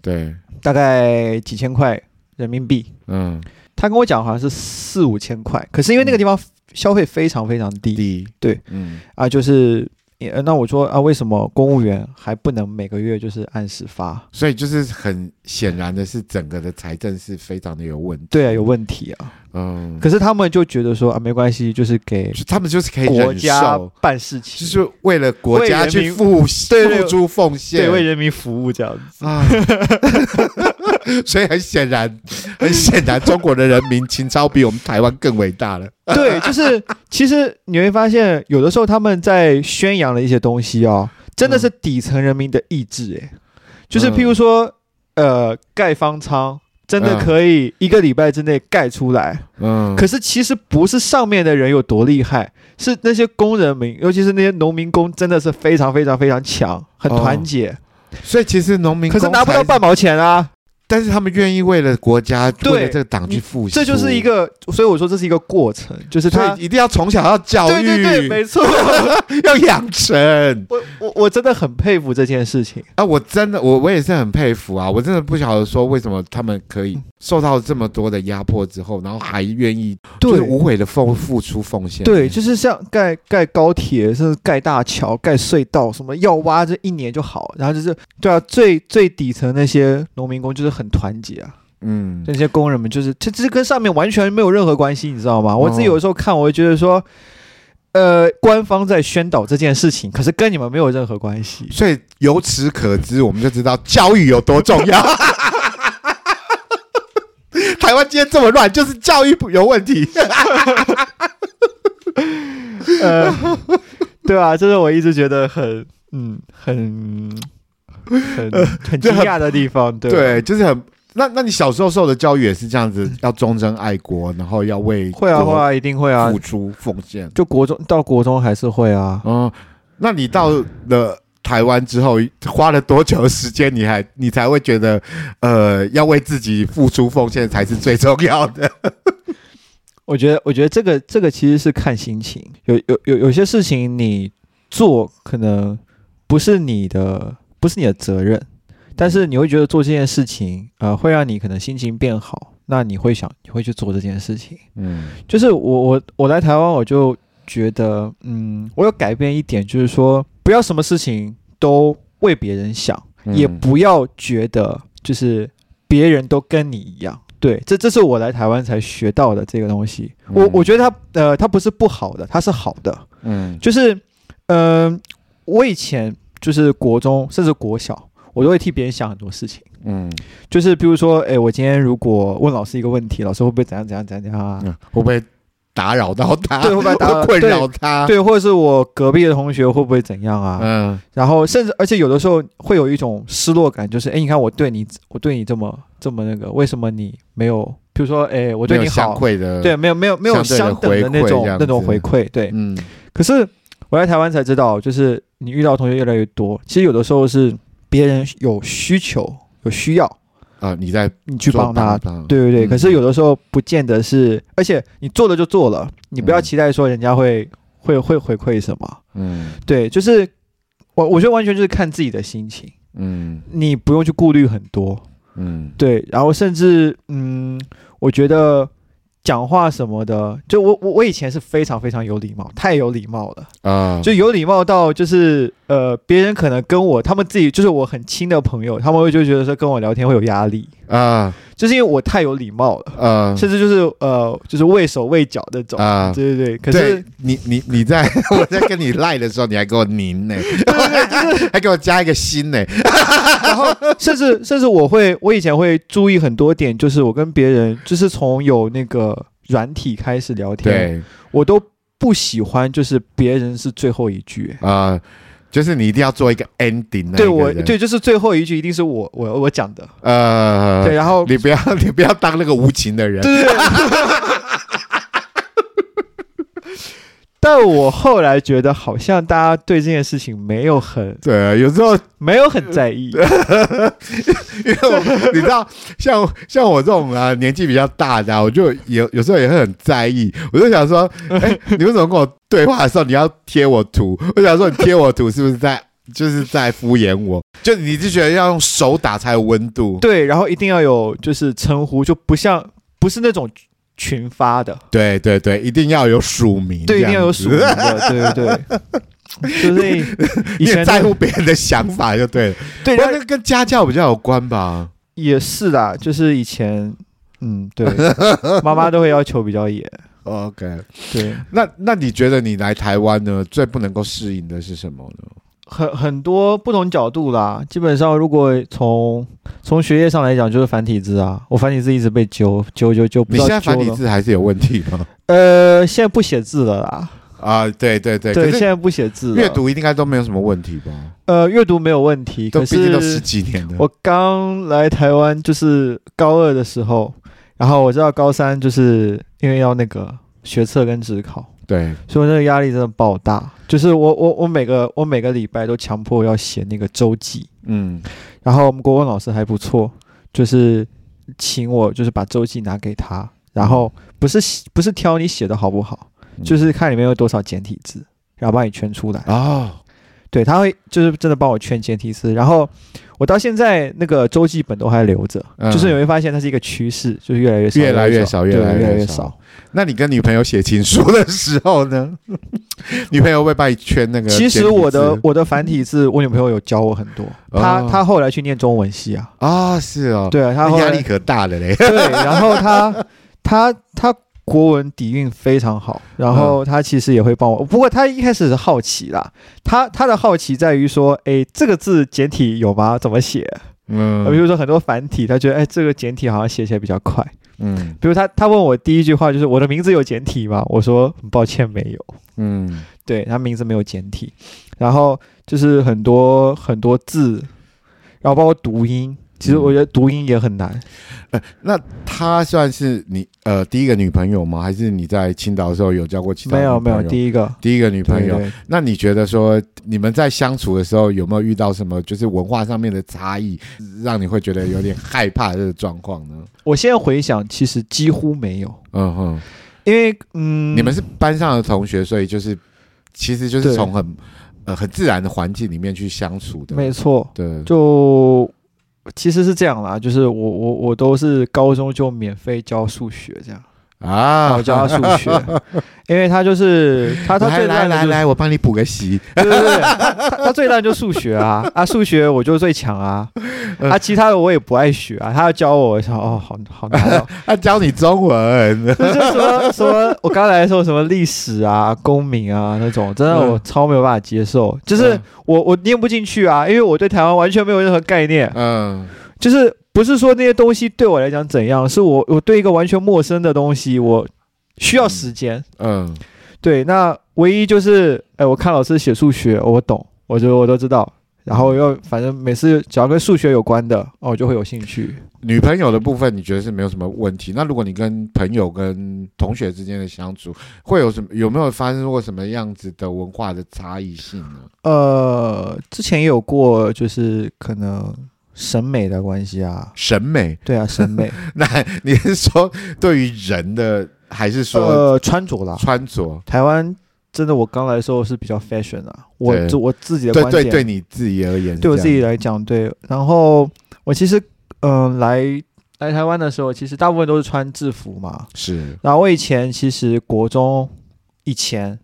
S3: 对，
S4: 大概几千块人民币。
S3: 嗯，
S4: 他跟我讲好像是四五千块，可是因为那个地方消费非常非常低
S3: 低
S4: 对，
S3: 嗯
S4: 啊，就是呃那我说啊，为什么公务员还不能每个月就是按时发？
S3: 所以就是很显然的是，整个的财政是非常的有问题。
S4: 对啊，有问题啊。
S3: 嗯，
S4: 可是他们就觉得说啊，没关系，就是给
S3: 就他们就是可以
S4: 国
S3: 忍
S4: 家
S3: 受，
S4: 办事
S3: 就
S4: 情，
S3: 是为了国家
S4: 为人
S3: 去
S4: 民
S3: 付
S4: 对对
S3: 付出奉献
S4: 对，为人民服务这样子。
S3: 啊。 所以很显然，很显然，中国的人民情操比我们台湾更伟大了。
S4: 对，就是其实你会发现，有的时候他们在宣扬的一些东西哦，真的是底层人民的意志，哎，就是譬如说，呃，盖方舱真
S3: 嗯
S4: 的可以一个礼拜之内盖出来，
S3: 嗯
S4: 可是其实不是上面的人有多厉害，是那些工人们，尤其是那些农民工，真的是非常非常非常强，很团结，
S3: 所以其实农民
S4: 可是
S3: 工
S4: 拿不到
S3: 才
S4: 半毛钱啊，
S3: 但是他们愿意为了国家，
S4: 对
S3: 为了这个党去
S4: 你
S3: 付出，
S4: 这就是一，个，所以我说这是一个过程，就是他
S3: 所。以一定要从小要教
S4: 对
S3: 育，
S4: 对对，没错，
S3: 要养成。
S4: 我我我真的很佩服这件事情。
S3: 啊，我真的，我我也是很佩服啊，我真的不晓得说为什么他们可以受到这么多的压迫之后，然后还愿意就是无悔的奉付出奉献。
S4: 对，就是像盖盖高铁，甚至盖大桥、盖隧道，什么要挖这一年就好。然后就是，对啊，最最底层那些农民工就是很团结啊，
S3: 嗯，
S4: 那些工人们就是，这这跟上面完全没有任何关系，你知道吗？我自己有时候看，我会觉得说，呃，官方在宣导这件事情，可是跟你们没有任何关系。
S3: 所以由此可知，我们就知道教育有多重要。 台湾今天这么乱，就是教育有问题。
S4: 呃，对啊，这是我一直觉得很，嗯，很。很呃很惊讶的地方，对吧啊
S3: 对，就是很。那那你小时候受的教育也是这样子，要忠贞爱国，然后要为
S4: 会啊
S3: 国
S4: 会啊，一定会啊
S3: 付，出奉献。
S4: 就国中到国中还是会啊，
S3: 哦，那你到了台湾之后，花了多久的时间？你还你才会觉得，呃，要为自己付出奉献才是最重要的。
S4: 我觉得，我觉得这个这个其实是看心情，有有有有些事情你做可能不是你的，不是你的责任，但是你会觉得做这件事情，呃，会让你可能心情变好，那你会想你会去做这件事情。
S3: 嗯
S4: 就是我我我来台湾，我就觉得，嗯，我有改变一点，就是说不要什么事情都为别人想，
S3: 嗯
S4: 也不要觉得就是别人都跟你一样。对，这这是我来台湾才学到的这个东西。我
S3: 嗯
S4: 我觉得它呃，它不是不好的，它是好的。
S3: 嗯
S4: 就是，嗯、我以前就是国中甚至国小，我都会替别人想很多事情。
S3: 嗯，
S4: 就是比如说，哎，我今天如果问老师一个问题，老师会不会怎样怎样怎样怎样啊？
S3: 嗯会不会打扰到他？
S4: 对，会不会打
S3: 会困扰他？，
S4: 对，或者是我隔壁的同学会不会怎样啊？
S3: 嗯
S4: 然后甚至而且有的时候会有一种失落感，就是哎，你看我对你，我对你这么这么那个，为什么你没有？比如说，哎，我
S3: 我
S4: 对你
S3: 相
S4: 好，
S3: 愧的，
S4: 对，，没有没有没有相
S3: 相
S4: 等
S3: 对
S4: 的
S3: 的回馈
S4: 那种
S3: 这样
S4: 那种
S3: 子
S4: 回馈，对。
S3: 嗯
S4: 可是我来台湾才知道，就是你遇到的同学越来越多，其实有的时候是别人有需求有需要，
S3: 啊，你在
S4: 你去
S3: 做
S4: 帮他，
S3: 帮，
S4: 对对对，
S3: 嗯
S4: 可是有的时候不见得是，而且你做了就做了，你不
S3: 嗯
S4: 要期待说人家会、会会回馈什么。
S3: 嗯
S4: 对，就是我我觉得完全就是看自己的心情，
S3: 嗯
S4: 你不用去顾虑很多。
S3: 嗯
S4: 对，然后甚至嗯，我觉得讲话什么的，就我我我以前是非常非常有礼貌，太有礼貌了，
S3: 啊，
S4: 就有礼貌到就是呃，别人可能跟我他们自己就是我很亲的朋友，他们会就觉得说跟我聊天会有压力，
S3: 啊
S4: 就是因为我太有礼貌了，
S3: 啊
S4: 甚至就是呃，就是畏手畏脚那种。
S3: 啊！
S4: 对对对，可
S3: 对
S4: 是
S3: 你你你在 我在跟你赖的时候，你还给我您呢，还给我加一个心呢，
S4: 甚至甚至我会，我以前会注意很多点，就是我跟别人，就是从有那个软体开始聊天，
S3: 对
S4: 我都不喜欢，就是别人是最后一句。
S3: 啊，就是你一定要做一个 ending 那一个
S4: 对我
S3: 人
S4: 对，就是最后一句一定是我我我讲的，
S3: 呃
S4: 对，，然后
S3: 你不要 你不要当那个无情的人，
S4: 但我后来觉得好像大家对这件事情没有很
S3: 对，有时候
S4: 没有很 在意，
S3: 因为我 你知道，像像我这种啊年纪比较大的、啊，我就有有时候也会很在意。我就想说，哎、你为什么跟我对话的时候你要贴我图？我想说，你贴我图是不是在就是在敷衍我？就你就觉得要用手打才有温度？
S4: 对，然后一定要有就是称呼，就不像不是那种群发的，
S3: 对对对，一定要有署名，
S4: 对，一定要有署名
S3: 这样子。
S4: 的，对对 对，就是以
S3: 你也
S4: 前
S3: 在乎别人的想法就对了，
S4: 对，
S3: 不过
S4: 然后
S3: 那个跟家教比较有关吧？
S4: 也是啦，就是以前嗯，对，妈妈都会要求比较严，
S3: OK，
S4: 对，
S3: 那那你觉得你来台湾呢，最不能够适应的是什么呢？
S4: 很很多不同角度啦。基本上，如果从从学业上来讲，就是繁体字啊，我繁体字一直被揪揪揪揪，不
S3: 你
S4: 知道
S3: 现在繁
S4: 揪
S3: 体
S4: 了
S3: 字还是有问题吗？
S4: 呃，现在不写字了啦，
S3: 啊，对对对，
S4: 对，
S3: 可是
S4: 现在不写字了，
S3: 阅读应该都没有什么问题吧？
S4: 呃阅读没有问题，
S3: 都
S4: 可
S3: 毕
S4: 是
S3: 竟都十几年了。
S4: 我刚来台湾就是高二的时候，然后我知道高三就是因为要那个学测跟职考，
S3: 对，
S4: 所以我那个压力真的爆大。就是我我我每个我每个礼拜都强迫要写那个周记，
S3: 嗯
S4: 然后我们国文老师还不错，就是请我就是把周记拿给他，然后不是写不是挑你写的好不好，
S3: 嗯
S4: 就是看里面有多少简体字，然后帮你圈出来。
S3: 哦，
S4: 对，他会就是真的帮我圈简体字，然后我到现在那个周记本都还留着，
S3: 嗯
S4: 就是你会发现它是一个趋势，就是越来越少，
S3: 越来越少，
S4: 越
S3: 越来
S4: 对越
S3: 越
S4: 少。。
S3: 那你跟女朋友写情书的时候呢？ 女朋友会帮你圈那个简
S4: 其
S3: 体字？
S4: 实我的我的繁体字，我女朋友有教我很多，她
S3: 哦
S4: 她后来去念中文系啊，
S3: 啊，是哦，
S4: 对啊，她
S3: 那
S4: 后来
S3: 压力可大了嘞。
S4: 对，然后她她她国文底蕴非常好，然后她其实也会帮我，不过她一开始是好奇啦，她她的好奇在于说，诶，这个字简体有吗？怎么写？呃
S3: 嗯
S4: 比如说很多繁体，他觉得哎，这个简体好像写起来比较快。
S3: 嗯
S4: 比如他他问我第一句话就是我的名字有简体吗？我说很抱歉没有，
S3: 嗯，
S4: 对他名字没有简体。然后就是很多很多字，然后包括读音，其实我觉得读音也很难。
S3: 呃那她算是你呃第一个女朋友吗？还是你在青岛的时候有交过其他
S4: 没有没有，
S3: 一
S4: 第一个
S3: 第一个女朋
S4: 对
S3: 友？
S4: 对，
S3: 那你觉得说你们在相处的时候有没有遇到什么就是文化上面的差异，让你会觉得有点害怕的这个状况呢？
S4: 我现在回想，其实几乎没有，
S3: 嗯哼，
S4: 因为嗯，
S3: 你们是班上的同学，所以就是其实就是
S4: 对
S3: 从很呃很自然的环境里面去相处的。
S4: 没错，
S3: 对，
S4: 就其实是这样啦，就是我我我都是高中就免费教数学这样。
S3: 啊，
S4: 我教他数 学，因为他就是他他
S3: 来
S4: 最
S3: 来
S4: 烂的
S3: 来
S4: 就是
S3: 来，我帮你补个习。
S4: 对对对，他他最烂就数学啊啊数学我就最强啊
S3: 嗯
S4: 啊其他的我也不爱学啊，他要教我，我想哦好好难 哦，
S3: 他教你中文，
S4: 就是什么什么我刚来的时候什么历史啊公民啊那种，真的我
S3: 嗯
S4: 超没有办法接受，就是
S3: 嗯
S4: 我我念不进去啊，因为我对台湾完全没有任何概念，
S3: 嗯
S4: 就是不是说那些东西对我来讲怎样，是我我对一个完全陌生的东西我需要时间。
S3: 嗯
S4: 对，那唯一就是，哎，我看老师写数学，我懂，我觉得我都知道。然后又反正每次只要跟数学有关的，哦，我就会有兴趣。
S3: 女朋友的部分，你觉得是没有什么问题？那如果你跟朋友、跟同学之间的相处，会有什么？有没有发生过什么样子的文化的差异性呢？
S4: 呃，之前也有过，就是可能审美的关系啊，
S3: 审 美？
S4: 对啊，审 美，
S3: 那你是说对于人的，还是说
S4: 呃，穿着啦，
S3: 穿 着？
S4: 台湾真的，我刚来的时候是比较 fashion 啊，我
S3: 对
S4: 就我自己的
S3: 对
S4: 观点，
S3: 啊对对，你自己而言是这样，
S4: 对我自己来讲，对。然后我其实嗯，来来台湾的时候，其实大部分都是穿制服嘛。
S3: 是
S4: 然后我以前其实国中以前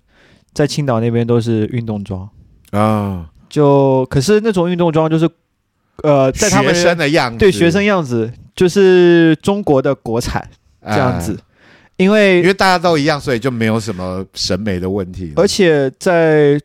S4: 在青岛那边都是运动装，
S3: 啊，
S4: 就可是那种运动装就是，呃，在他
S3: 学
S4: 们
S3: 生的样子，
S4: 对学生样子，就是中国的国产这样子，因
S3: 哎，因
S4: 为
S3: 为大家都一样，所以就没有什么审美的问题了。
S4: 而且在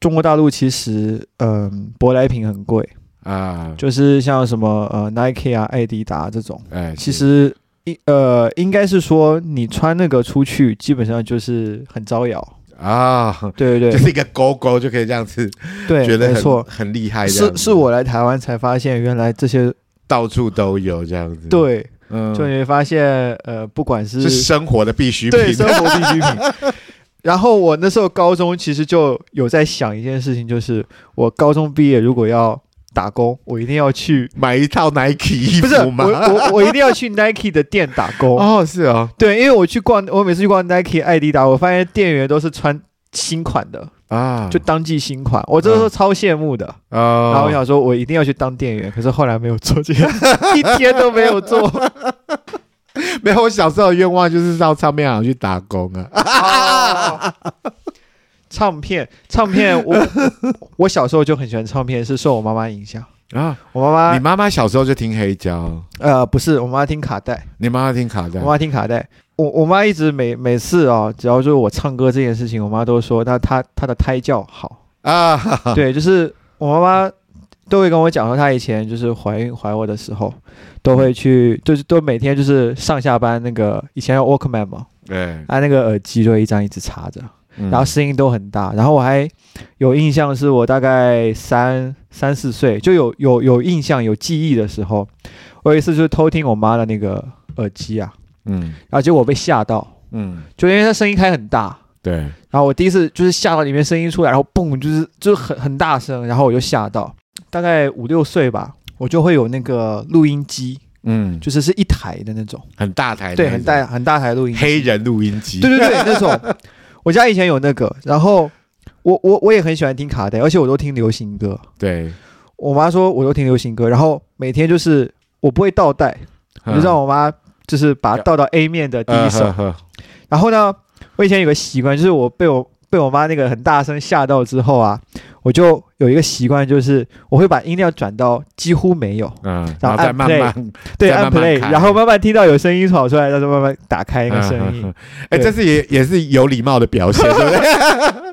S4: 中国大陆其实嗯，舶来品很贵，
S3: 啊，
S4: 就是像什么呃 Nike 啊、艾迪达这种。
S3: 哎，
S4: 其实应呃应该是说你穿那个出去，基本上就是很 招摇。
S3: 啊，
S4: 对对
S3: 就
S4: 对
S3: 是一个勾勾就可以这样子，
S4: 对，
S3: 觉得
S4: 没
S3: 很
S4: 错。
S3: 很厉害这样
S4: 是
S3: 子，
S4: 是我来台湾才发现，原来这些
S3: 到处都有这样子，，
S4: 对，
S3: 嗯
S4: 就你会发现，呃，不管是
S3: 是生活的必需品，
S4: 对生活必需品。 然后我那时候高中其实就有在想一件事情，就是我高中毕业如果要打工，我一定要去，
S3: 买一套 Nike 衣
S4: 不是
S3: 服
S4: 我
S3: 吗？
S4: 我我一定要去 Nike 的店打 工。
S3: 哦，是哦，
S4: 对，因为我去逛，我每次去逛 Nike、艾迪达，我发现店员都是穿新款的，
S3: 啊，
S4: 就当季新款，我这时候超羡慕的。然后我
S3: 哦，
S4: 想说，我一定要去当店员，可是后来没有做这件 事，一天都没有做。
S3: 没有，我小时候的愿望就是到唱片行去打工啊，
S4: 唱片，唱片，我我小时候就很喜欢唱片，是受我妈妈影响。
S3: 啊，
S4: 我妈
S3: 你
S4: 妈
S3: 妈妈小时候就听黑胶，
S4: 呃不是，我妈听卡带，
S3: 你妈妈听卡带
S4: 我，妈听卡带。我我妈一直每每次啊、只要就是我唱歌这件事情，我妈都说她她她的胎教好。
S3: 啊，
S4: 对，就是我妈妈都会跟我讲说，她以前就是怀孕怀我的时候，都会去，就是都每天就是上下班那个以前要 Walkman 嘛，
S3: 对，
S4: 她那个耳机就一张一直插着，
S3: 然
S4: 然后声音都很大，然后我还有印象是我大概三三四岁就有有有印象有记忆的时候，我有一次就是偷听我妈的那个耳机啊，
S3: 嗯
S4: 然后结果我被吓到，
S3: 嗯，
S4: 就因为她声音开很大。
S3: 对，
S4: 然后我第一次就是吓到里面声音出来，然后嘣，就是就是很很大声，然后我就吓到，大概五六岁吧，我就会有那个录音机，
S3: 嗯，
S4: 就是是一台的那种，
S3: 很大台，
S4: 对，很大，很大台录音机，
S3: 哎黑人录音机，
S4: 对对对，那种。我家以前有那个，然后我我我也很喜欢听卡带，而且我都听流行歌。
S3: 对，
S4: 我妈说我都听流行歌，然后每天就是我不会倒带，
S3: 嗯
S4: 我就让我妈就是把它倒到 A 面的第一首，
S3: 首，
S4: 然后呢，我以前有个习惯，就是我被我被我妈那个很大声吓到之后啊，我就有一个习惯，就是我会把音量转到几乎没有，
S3: 嗯，
S4: 然
S3: 然
S4: 后
S3: 后
S4: 按
S3: 再慢
S4: play
S3: 慢
S4: 对，
S3: 再
S4: 按
S3: 慢慢
S4: play，
S3: 开
S4: 然后慢慢听到有声音跑出来，然后慢慢打开那个声音。
S3: 嗯。嗯嗯哎、这是也也是有礼貌的表现，对不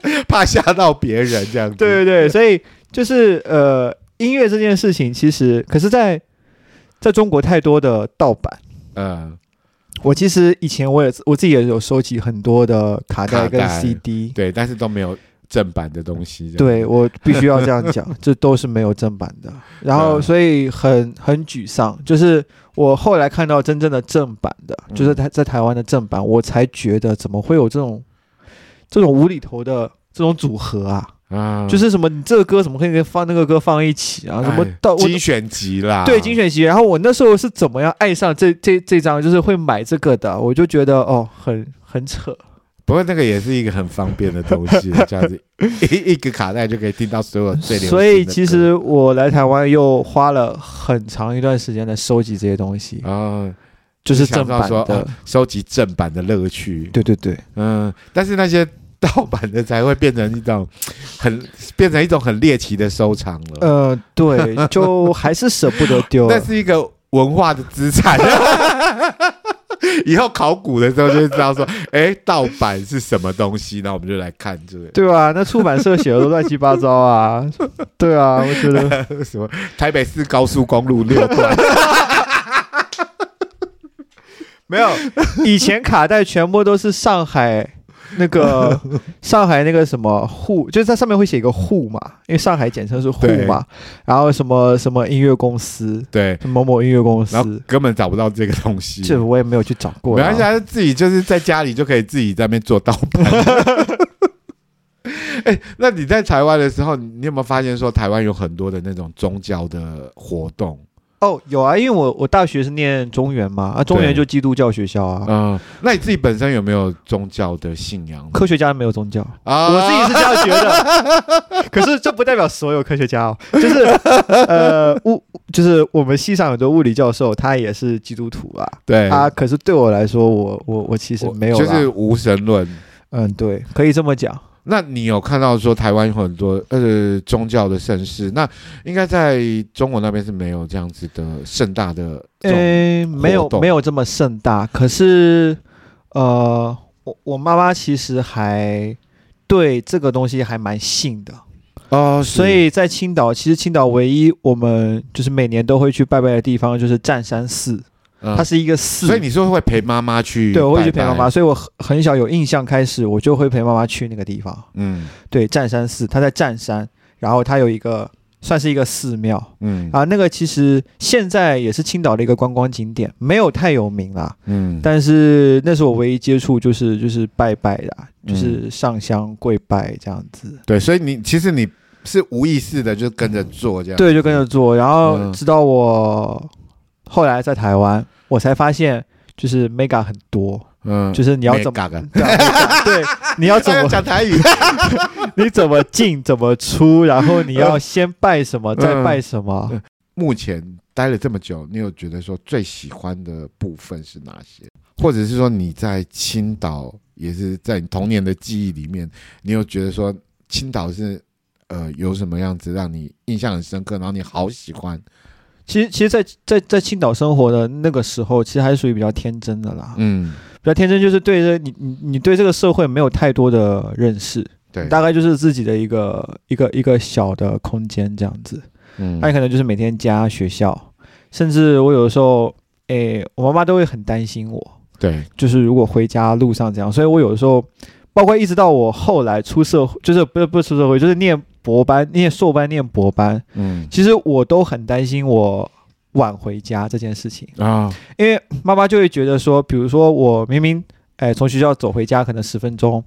S3: 对？ 怕吓到别人这样子。
S4: 对对对，所以就是呃，音乐这件事情，其实可是在在中国太多的盗版。
S3: 嗯，
S4: 我其实以前我也我自己也有收集很多的卡带跟
S3: 卡带
S4: CD，
S3: 对，但是都没有正版的东西。这样
S4: 对，我必须要这样 讲，这都是没有正版的。然后
S3: 嗯
S4: 所以很很沮丧，就是我后来看到真正的正版的，就是
S3: 嗯
S4: 台在台湾的正版，我才觉得怎么会有这种这种无厘头的这种组合啊？
S3: 啊，
S4: 就是什么你这个歌怎么可以跟放那个歌放一起啊？什么
S3: 哎
S4: 到我
S3: 精选啊集啦，
S4: 对精选集？然后我那时候是怎么样爱上这这这张，就是会买这个的，我就觉得哦，很很扯。
S3: 不过那个也是一个很方便的东 西，这样子一一个卡带就可以听到所有最流行的歌
S4: 所以其实我来台湾又花了很长一段时间来收集这些东西，
S3: 啊，
S4: 就是正
S3: 想到
S4: 版
S3: 说
S4: 的
S3: 哦。收集正版的乐趣。
S4: 对对对，
S3: 嗯，但是那些盗版的才会变成一种很变成一种很猎奇的收藏了。
S4: 呃，对，就还是舍不得 丢。
S3: 嗯那是一个文化的资产。 以后考古的时候就会知道说，哎，盗版是什么东西？那我们就来看这个
S4: 对吧？那出版社写的都乱七八糟啊，对啊，我觉 得
S3: 什么台北市高速公路六 段。
S4: 没有。以前卡带全部都是上海那 个上海那个什么沪，就是在上面会写一个沪嘛，因为上海简称是沪
S3: 对
S4: 嘛。然后什么什么音乐公司，
S3: 对，
S4: 某某音乐公
S3: 然后
S4: 司，
S3: 根本找不到这个东西。
S4: 这我也没有去找过
S3: 没
S4: 啦。
S3: 关系，啊他自己就是在家里就可以自己在那边做盗 版。哎、那你在台湾的时候，你你有没有发现说台湾有很多的那种宗教的活动？
S4: 哦，有啊，因为我我大学是念中原嘛，啊，中原
S3: 对
S4: 就基督教学校啊，
S3: 嗯、那你自己本身有没有宗教的信仰？
S4: 科学家没有宗教，
S3: 啊
S4: 我自己是这 样觉得，可是这不代表所有科学家哦，就是呃，我就是我们系上有个物理教授，他也是基督徒啊。
S3: 对，
S4: 他可是对我来说，我我我其实
S3: 我
S4: 没有啦，
S3: 就是无神论。
S4: 嗯，对，可以这么讲。
S3: 那你有看到说台湾有很多呃宗教的盛事，那应该在中国那边是没有这样子的盛大的这种
S4: 诶，没有
S3: 活动
S4: 没有这么盛大，可是呃，我我妈妈其实还对这个东西还蛮信的，
S3: 哦，是
S4: 所以在青岛，其实青岛唯一我们就是每年都会去拜拜的地方就是占山寺，
S3: 嗯
S4: 它是一个寺，
S3: 所以你说会陪妈妈去，
S4: 对我会去陪妈妈，，所以我很很小有印象开始，我就会陪妈妈去那个地方，
S3: 嗯
S4: 对，占山寺，它在占山，然后它有一个算是一个寺庙，
S3: 嗯
S4: 啊，那个其实现在也是青岛的一个观光景点，没有太有名啦，
S3: 嗯，
S4: 但是那是我唯一接触，就是就是拜拜的啊，
S3: 嗯
S4: 就是上香跪拜这样子。
S3: 对，所以你其实你是无意识的就跟着做这样，
S4: 对，就跟着做，然后
S3: 嗯
S4: 直到我后来在台湾，我才发现就是 mega 很多，
S3: 嗯，
S4: 就是 你要怎么
S3: 嘎嘎，
S4: 对啊 mega，对，你要怎
S3: 哎
S4: 么
S3: 呦讲台语，
S4: 你怎么进怎么出，然后你要先拜什么，再
S3: 嗯
S4: 拜什么。
S3: 目前待了这么久，你有觉得说最喜欢的部分是哪些？或者是说你在青岛，也是在你童年的记忆里面，你有觉得说青岛是呃有什么样子让你印象很深刻，然后你好喜欢？
S4: 其实，其实在，在在青岛生活的那个时候，其实还是属于比较天真的啦。
S3: 嗯，
S4: 比较天真就是对这你你你对这个社会没有太多的认识，
S3: 对，
S4: 大概就是自己的一个一个一个小的空间这样子。
S3: 嗯
S4: 那你可能就是每天家、学校，甚至我有的时候，诶，我妈妈都会很担心我，
S3: 对，
S4: 就是如果回家路上这样，所以我有的时候，包括一直到我后来出社会，就是不是不是出社会，就是念博班、念硕班、念博班，
S3: 嗯
S4: 其实我都很担心我晚回家这件事情。
S3: 啊，
S4: 因为妈妈就会觉得说，比如说我明明哎从学校走回家可能十分钟，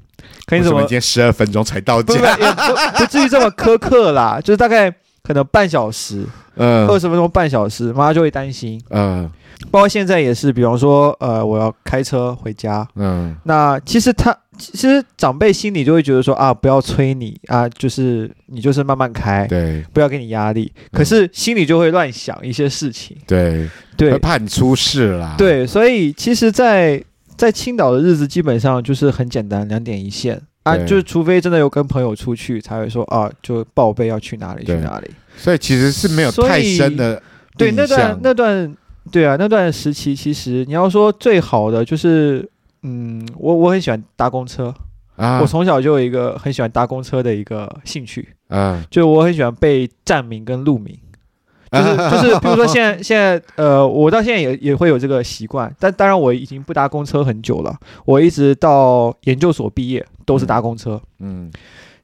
S4: 可你
S3: 为什
S4: 怎么
S3: 今天十二分钟才到
S4: 不
S3: 家
S4: 不？也不不至于这么苛刻啦，就是大概可能半小时、
S3: 嗯
S4: 二十分钟、半小时，妈妈就会担心。
S3: 嗯
S4: 包括现在也是，比方说呃我要开车回家，
S3: 嗯
S4: 那其实他其实长辈心里就会觉得说啊不要催你啊，就是你就是慢慢开。
S3: 对
S4: 不要给你压力，
S3: 嗯
S4: 可是心里就会乱想一些事情。
S3: 对，
S4: 对
S3: 会，怕你出事啦。，
S4: 对，所以其实在，在青岛的日子基本上就是很简单，两点一线啊，
S3: 对
S4: 就是除非真的有跟朋友出去，才会说啊，就报备要去哪里去
S3: 对
S4: 哪里。
S3: 所以其实是没有
S4: 所以
S3: 太深的
S4: 对，
S3: 印
S4: 那段
S3: 象
S4: 那段对啊，那段时期其实你要说最好的就是。嗯，我我很喜欢搭公车，
S3: 啊，
S4: 我从小就有一个很喜欢搭公车的一个兴趣，
S3: 嗯，
S4: 就我很喜欢背站名跟路名， 就是就是，比如说现在现在呃，我到现在也也会有这个习惯，但当然我已经不搭公车很久了，我一直到研究所毕业都是搭公车，
S3: 嗯，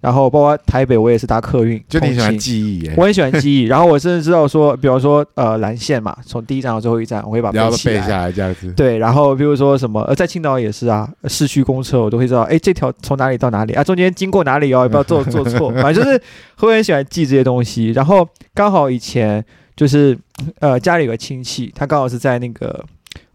S4: 然后包括台北我也是搭客运，
S3: 就你喜欢
S4: 通勤
S3: 记忆耶，
S4: 我很喜欢记忆，然后我甚至知道说，比方说呃蓝线嘛，从第一站到最后一站，我会把
S3: 然后
S4: 背起
S3: 背
S4: 来。
S3: 下来这样子。
S4: 对，然后比如说什么，呃，在青岛也是啊，市区公车我都会知道，哎，这条从哪里到哪里啊，中间经过哪里哦，也不要坐坐 错，反正就是会很喜欢记这些东西。然后刚好以前就是呃家里有个亲戚，他刚好是在那个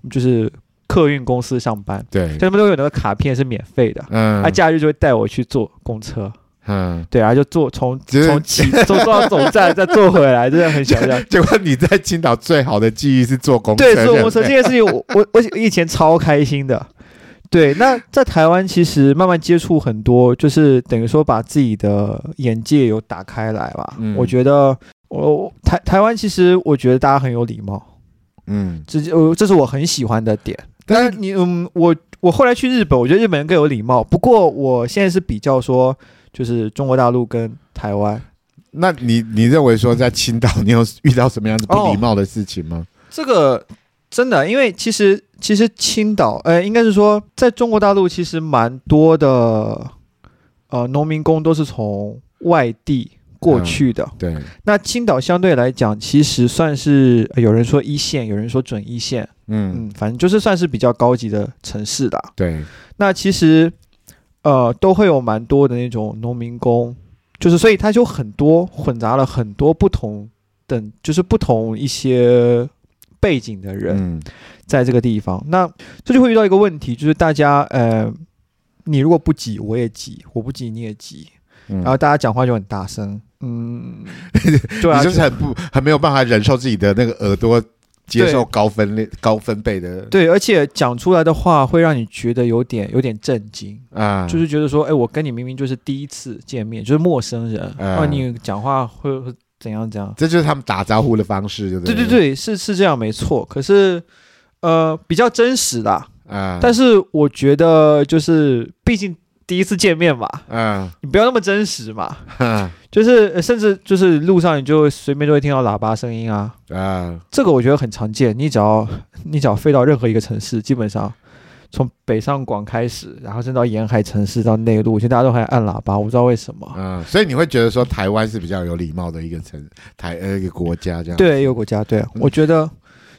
S4: 就是客运公司上班，
S3: 对，
S4: 他们都有那个卡片是免费的，
S3: 嗯
S4: 他、假日就会带我去坐公车，
S3: 嗯，
S4: 对，然后就坐从
S3: 就是
S4: 从起坐坐到总站再坐回来，真的很喜欢这样。
S3: 结果你在青岛最好的记忆是坐公车，
S4: 对，坐公车这件事情我，我我以前超开心的。对，那在台湾其实慢慢接触很多，就是等于说把自己的眼界有打开来吧。
S3: 嗯
S4: 我觉得我我台台湾其实我觉得大家很有礼貌，
S3: 嗯，
S4: 这呃这是我很喜欢的点。
S3: 但
S4: 你嗯，我我后来去日本，我觉得日本人更有礼貌。不过我现在是比较说，就是中国大陆跟台湾，
S3: 那你你认为说在青岛你有遇到什么样子不礼貌的事情吗？
S4: 这个真的，因为其实其实青岛，呃，应该是说在中国大陆其实蛮多的，呃，农民工都是从外地过去的。
S3: 对，
S4: 那青岛相对来讲，其实算是、呃有人说一线，有人说准一线，
S3: 嗯，
S4: 嗯，反正就是算是比较高级的城市啦。
S3: 对，
S4: 那其实呃都会有蛮多的那种农民工，就是所以它就很多混杂了很多不同等，就是不同一些背景的人。
S3: 嗯，
S4: 在这个地方，那这就会遇到一个问题，就是大家呃，你如果不急，我也急；我不急，你也急。
S3: 嗯
S4: 然后大家讲话就很大声， 嗯，对啊，
S3: 你就是很不很没有办法忍受自己的那个耳朵接受
S4: 对
S3: 高分裂高分贝的
S4: 对，而且讲出来的话会让你觉得有点有点震惊，
S3: 啊，
S4: 就是觉得说，哎，我跟你明明就是第一次见面，就是陌生人，
S3: 嗯
S4: 然后你讲话会会怎样怎样？
S3: 这就是他们打招呼的方式，对不
S4: 对
S3: 对
S4: 对对，是是这样没错，可是呃比较真实啦，
S3: 啊，
S4: 但是我觉得就是毕竟第一次见面嘛，
S3: 啊，
S4: 你不要那么真实嘛，
S3: 哈
S4: 就是呃甚至就是路上你就随便都会听到喇叭声音啊，
S3: 啊，
S4: 这个我觉得很常见。你只要 你只要飞到任何一个城市，基本上从北上广开始，然后再到沿海城市到内陆，其实大家都还按喇叭，我不知道为什么。
S3: 啊，所以你会觉得说台湾是比较有礼貌的一个城台呃一个国家这样，
S4: 对，有国家，
S3: 嗯
S4: 对啊我觉得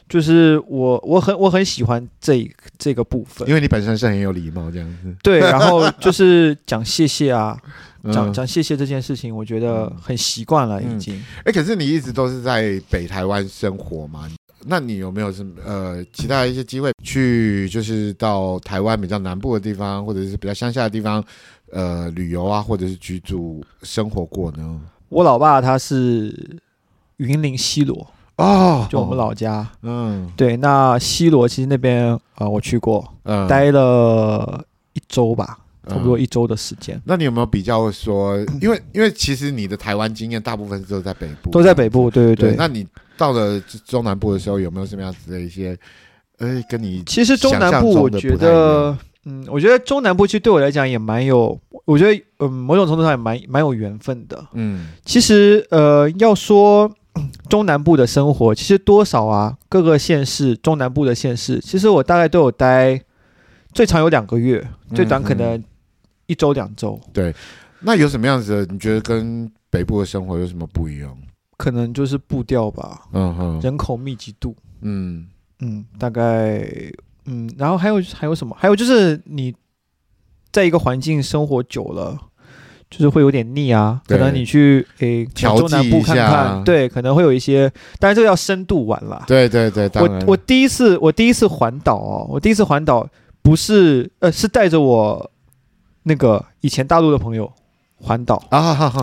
S4: 就是我我很我很喜欢这一这个部分
S3: 因。为你本身是很有礼貌这样子，
S4: 对，然后就是讲谢谢啊，
S3: 嗯
S4: 讲讲谢谢这件事情，我觉得很习惯了，已
S3: 嗯
S4: 经。
S3: 哎、可是你一直都是在北台湾生活嘛？那你有没有什么呃其他一些机会去，就是到台湾比较南部的地方，或者是比较乡下的地方，呃，旅游啊，或者是居住生活过呢？
S4: 我老爸他是云林西罗，
S3: 哦，
S4: 就我们老家。
S3: 嗯
S4: 对，那西罗其实那边啊、呃我去过，
S3: 嗯，
S4: 待了一周吧，差不多
S3: 嗯
S4: 一周的时间，
S3: 那你有没有比较说，因为因为其实你的台湾经验大部分都在北部，
S4: 都在北部。对对
S3: 对。
S4: 对。
S3: 那你到了中南部的时候，有没有什么样子的一些，呃，跟你
S4: 其实中南部，我
S3: 想象中的
S4: 觉
S3: 不太一
S4: 得
S3: 样，
S4: 嗯，我觉得中南部其实对我来讲也蛮有，我觉得嗯，某种程度上也蛮蛮有缘分的。
S3: 嗯
S4: 其实呃，要说 嗯中南部的生活，其实多少啊，各个县市，中南部的县市，其实我大概都有待，最长有两个月，最短
S3: 嗯
S4: 可能一周两周，
S3: 那有什么样子的？你觉得跟北部的生活有什么不一样？
S4: 可能就是步调吧，
S3: 嗯哼，
S4: 人口密集度。
S3: 嗯
S4: 嗯，大概嗯，然后还有还有什么？还有就是你在一个环境生活久了，就是会有点腻啊。可
S3: 对
S4: 能你去诶
S3: 调
S4: 中南
S3: 剂
S4: 部
S3: 一
S4: 看
S3: 下啊
S4: 看，对，可能会有一些，当然这个要深度玩啦。
S3: 对对对，当
S4: 我
S3: 然
S4: 我第一次我第一次环岛哦，我第一次环岛不是呃是带着我那个以前大陆的朋友环岛，
S3: 啊，哈哈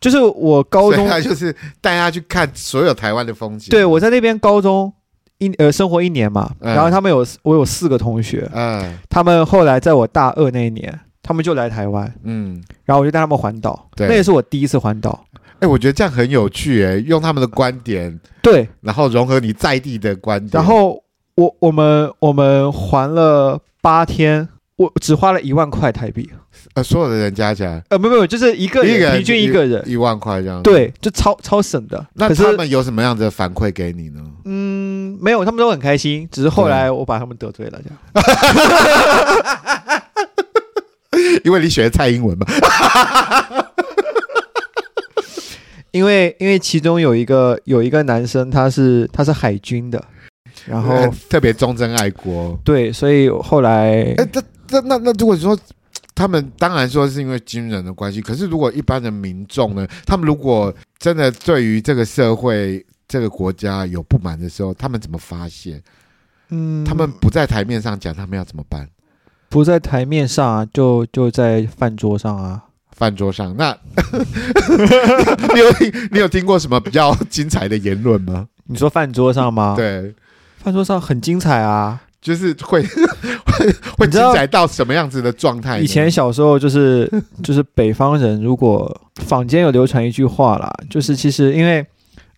S4: 就是我高
S3: 所以
S4: 中
S3: 他就是带他去看所有台湾的风景。
S4: 对我在那边高中一呃生活一年嘛，
S3: 嗯
S4: 然后他们有我有四个同学，
S3: 嗯
S4: 他们后来在我大二那一年，他们就来台湾，
S3: 嗯，
S4: 然后我就带他们环岛，
S3: 对
S4: 那也是我第一次环岛。
S3: 哎，我觉得这样很有趣，哎，用他们的观点，
S4: 对，
S3: 然后融合你在地的观点，
S4: 然后我我们我们环了八天，我只花了一万块台币，
S3: 呃，所有的人加起来
S4: 呃，没有没有，就是一个
S3: 一个
S4: 人
S3: 人
S4: 平均一个人，
S3: 一万块这样。，
S4: 对，就超超省的。
S3: 那
S4: 可是
S3: 他们有什么样子的反馈给你呢？
S4: 嗯，没有，他们都很开心，只是后来我把他们得罪了，这样。
S3: 因为你学蔡英文嘛，
S4: 因为因为其中有一个有一个男生，他是他是海军的，然后
S3: 特别忠贞爱国。
S4: 对，所以后来
S3: 哎，那那那那，如果说他们当然说是因为军人的关系，可是如果一般的民众呢，他们如果真的对于这个社会、这个国家有不满的时候，他们怎么发泄？
S4: 嗯，
S3: 他们不在台面上讲，他们要怎么办？
S4: 不在台面上啊，就就在饭桌上啊。
S3: 饭桌上， 那你有听你有听过什么比较精彩的言论 吗？
S4: 你说饭桌上吗？，
S3: 嗯对，
S4: 饭桌上很精彩啊。
S3: 就是会 会会
S4: 你知
S3: 精
S4: 道
S3: 彩到什么样子的状态呢？
S4: 以前小时候就是 就是北方人，如果坊间有流传一句话啦，就是其实因为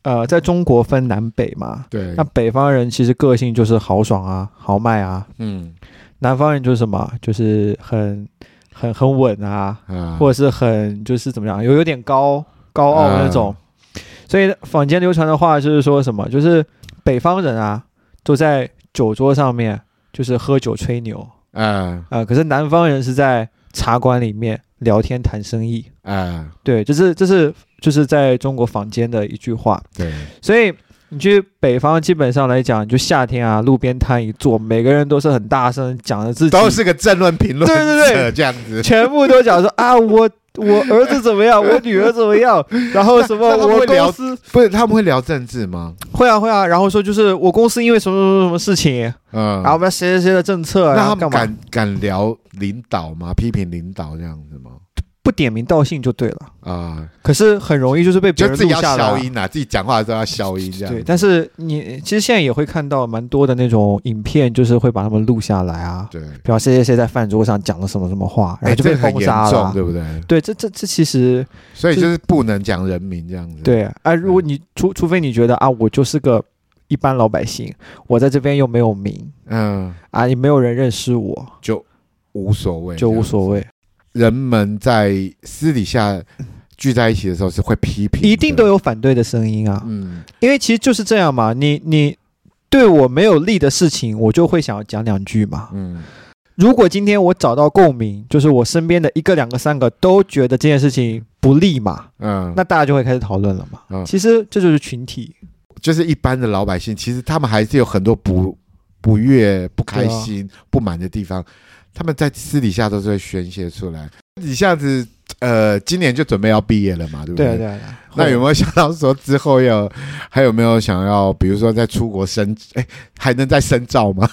S4: 呃，在中国分南北嘛，
S3: 对
S4: 那，北方人其实个性就是豪爽啊、豪迈啊，
S3: 嗯
S4: 南方人就是什么，就是很很很稳啊，
S3: 啊，
S4: 或者是很就是怎么样，有有点高高傲那种。所以坊间流传的话就是说什么，就是北方人啊都在酒桌上面就是喝酒吹牛
S3: 啊
S4: 啊、呃可是南方人是在茶馆里面聊天谈生意。
S3: 啊，
S4: 对，这是这是就是在中国坊间的一句话。
S3: 对，
S4: 所以你去北方，基本上来讲，你就夏天啊，路边摊一坐，每个人都是很大声讲着自己
S3: 都是个政论评论
S4: 对对对
S3: 者这样 子。
S4: 全部都讲说啊，我我儿子怎么样，我女儿怎 么样，然后什么
S3: 那那他们
S4: 我
S3: 会聊
S4: 公司
S3: 不是他们会聊政治吗？
S4: 会啊会啊，然后说就是我公司因为什么什么什么事情，
S3: 嗯，
S4: 然后我们谁谁谁的政策，啊
S3: 那
S4: 然
S3: 他
S4: 后
S3: 们
S4: 干嘛？
S3: 敢敢聊领导吗？批评领导这样子吗？
S4: 不点名道姓就对了。
S3: 啊，
S4: 可是很容易就是被别
S3: 就
S4: 人
S3: 自己
S4: 录
S3: 要
S4: 下来
S3: 消
S4: 啊。
S3: 音啊，自己讲话的时候要消音这样。
S4: 对，但是你其实现在也会看到蛮多的那种影片，就是会把他们录下来啊，
S3: 对，
S4: 比方谁谁谁在饭桌上讲了什么什么话，然
S3: 哎，
S4: 后就
S3: 这
S4: 被
S3: 个很
S4: 封
S3: 严
S4: 杀了
S3: 重，
S4: 啊。
S3: 对不对？
S4: 对，这这这其实
S3: 所以就是不能讲人名这样子。，
S4: 对啊，如
S3: 嗯
S4: 果你除除非你觉得啊，我就是个一般老百姓，我在这边又没有名
S3: 嗯，
S4: 啊，也没有人认识我，
S3: 就无所谓，
S4: 就无
S3: 谓。
S4: 所谓。
S3: 人们在私底下聚在一起的时候是会批评，
S4: 一定都。有反对的声音啊，
S3: 嗯，
S4: 因为其实就是这样嘛，你你对我没有利的事情，我就会想要讲两句嘛。
S3: 嗯，
S4: 如果今天我找到共鸣，就是我身边的一个、两个、三个都觉得这件事情不利嘛，
S3: 嗯，
S4: 那大家就会开始讨论了嘛。
S3: 嗯
S4: 其实这就是群体，
S3: 就是一般的老百姓，其实他们还是有很多不不悦、不开心、
S4: 啊
S3: 不满的地方，他们在私底下都是会宣泄出来。一下子，呃，今年就准备要毕业了嘛，对不
S4: 对啊对啊。对啊
S3: 那有没有想到说之后要还有没有想要，比如说在出国深，哎，还能再深造吗？，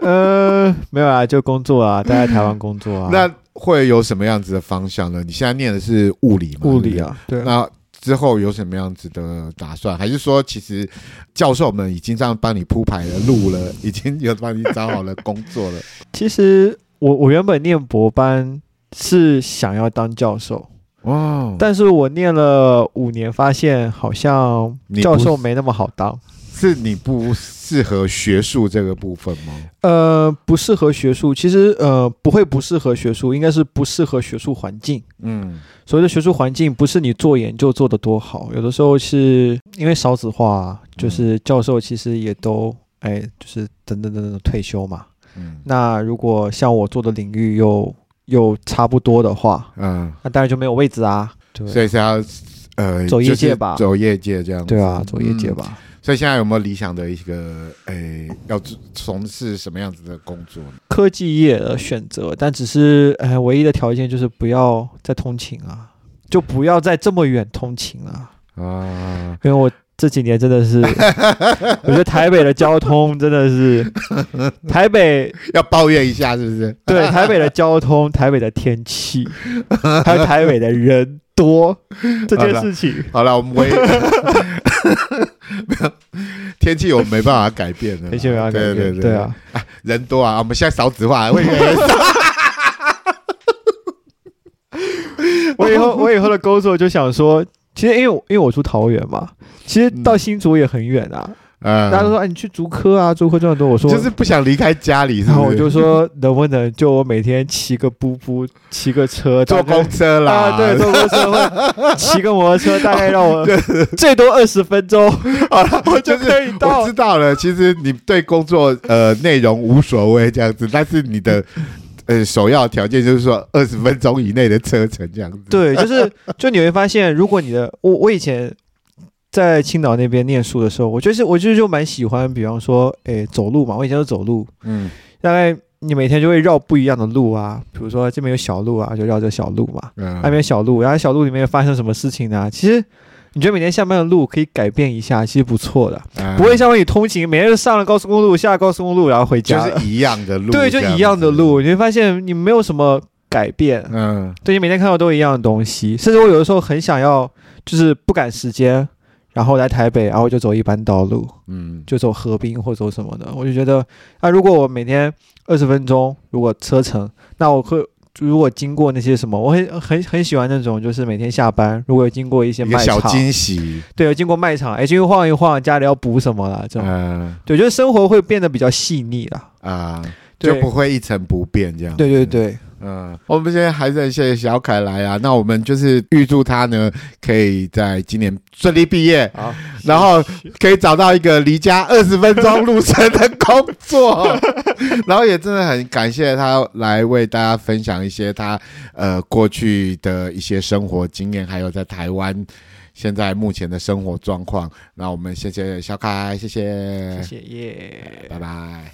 S4: 呃没有啊？就工作啊，待在台湾工作啊
S3: 那会有什么样子的方向呢？你现在念的是物理嘛？
S4: 物理啊，对
S3: 对不对。 那之后有什么样子的打算？还是说，其实教授们已经这样帮你铺排了路了，已经有帮你找好了工作 了？
S4: 其实我我原本念博班是想要当教授，
S3: 哦，
S4: 但是我念了五年，发现好像
S3: 你不
S4: 教授没那么好当。
S3: 是你不适合学术这个部分吗？
S4: 呃，不适合学术，其实呃不会不适合学术，应该是不适合学术环境。
S3: 嗯
S4: 所谓的学术环境，不是你做研究做得多好，有的时候是因为少子化，啊就是嗯教授其实也都哎，就是等等等等退休嘛。
S3: 嗯
S4: 那如果像我做的领域又又差不多的话，
S3: 嗯，
S4: 那当然就没有位置啊。对
S3: 所以是要呃
S4: 走业界吧
S3: 就是走业界这样子。
S4: 对啊，走业界吧。
S3: 所以现在有没有理想的一个诶、要从事什么样子的工作呢？
S4: 科技业的选择，但只是哎，唯一的条件就是不要再通勤啊，就不要再这么远通勤啊。
S3: 啊，
S4: 因为我这几年真的 是，我觉得台北的交通真的是，台北
S3: 要抱怨一下是不是？
S4: 对台北的交通、台北的天 气，还有台北的人多这件事情，
S3: 好了，我们唯没有 天气，我们没办法改变的啦，
S4: 很显然
S3: 对对
S4: 对对啊，
S3: 人多啊，我们现在少子 化会越来越少。
S4: 我 以后我以后的工作就想说。其实，因为我因为我住桃园嘛，其实到新竹也很远啊。
S3: 嗯，
S4: 大家都说，哎，你去竹科啊，竹科这么多。我说，
S3: 就是不想离开家里，是
S4: 然后
S3: 不
S4: 我
S3: 是？
S4: 就说，能不能就我每天骑个步步，骑个车，
S3: 坐
S4: 大概
S3: 公车啦，
S4: 啊， 对，坐公车会骑个摩托车，大概让我最多二十分钟，好了，我就
S3: 哦 就是
S4: 可以
S3: 我
S4: 到
S3: 知。道了，其实你对工作呃内容无所谓这样子，但是你的 呃首要条件就是说二十分钟以内的车程这样子。
S4: 对，就是就你会发现，如果你的我我以前在青岛那边念书的时候，我就是我就是就蛮喜欢，比方说，诶，走路嘛，我以前就走路，
S3: 嗯
S4: 大概你每天就会绕不一样的路啊，比如说这边有小路啊，就绕这小路嘛，
S3: 嗯
S4: 那边有小路，然后小路里面发生什么事情呢、其实你觉得每天下班的路可以改变一下，其实不错的，
S3: 嗯
S4: 不会像你通勤每天就上了高速公路，下了高速公路，然后回
S3: 啊就
S4: 家了。
S3: 是一样的路，
S4: 对，就
S3: 这
S4: 一样的
S3: 子。
S4: 路，你会发现你没有什么改变，
S3: 嗯
S4: 对你每天看到都一样的东西，甚至我有的时候很想要，就是不赶时间，然后来台北，然后就走一般道路，
S3: 嗯，
S4: 就走河滨或走什么的，我就觉得，那、如果我每天二十分钟，如果车程，那我会。如果经过那些什么，我很很很喜欢那种，就是每天下班如果有经过一些
S3: 一个
S4: 卖
S3: 小
S4: 场，
S3: 惊喜。
S4: 对，有经过卖场，哎，去晃一晃，家里要补什么了，这种，
S3: 嗯
S4: 对，就是生活会变得比较细腻了。
S3: 啊，
S4: 对
S3: 就不会一成不变这样。
S4: 对对。对，
S3: 嗯，我们现在还是很谢谢小凯来啊。那我们就是预祝他呢，可以在今年顺利毕业，
S4: 好，
S3: 然后可以找到一个离家二十分钟路程的工 作。然后也真的很感谢他来为大家分享一些他呃过去的一些生活经验，还有在台湾现在目前的生活状况。那我们谢谢小凯，谢谢，
S4: 谢谢耶。
S3: 拜拜。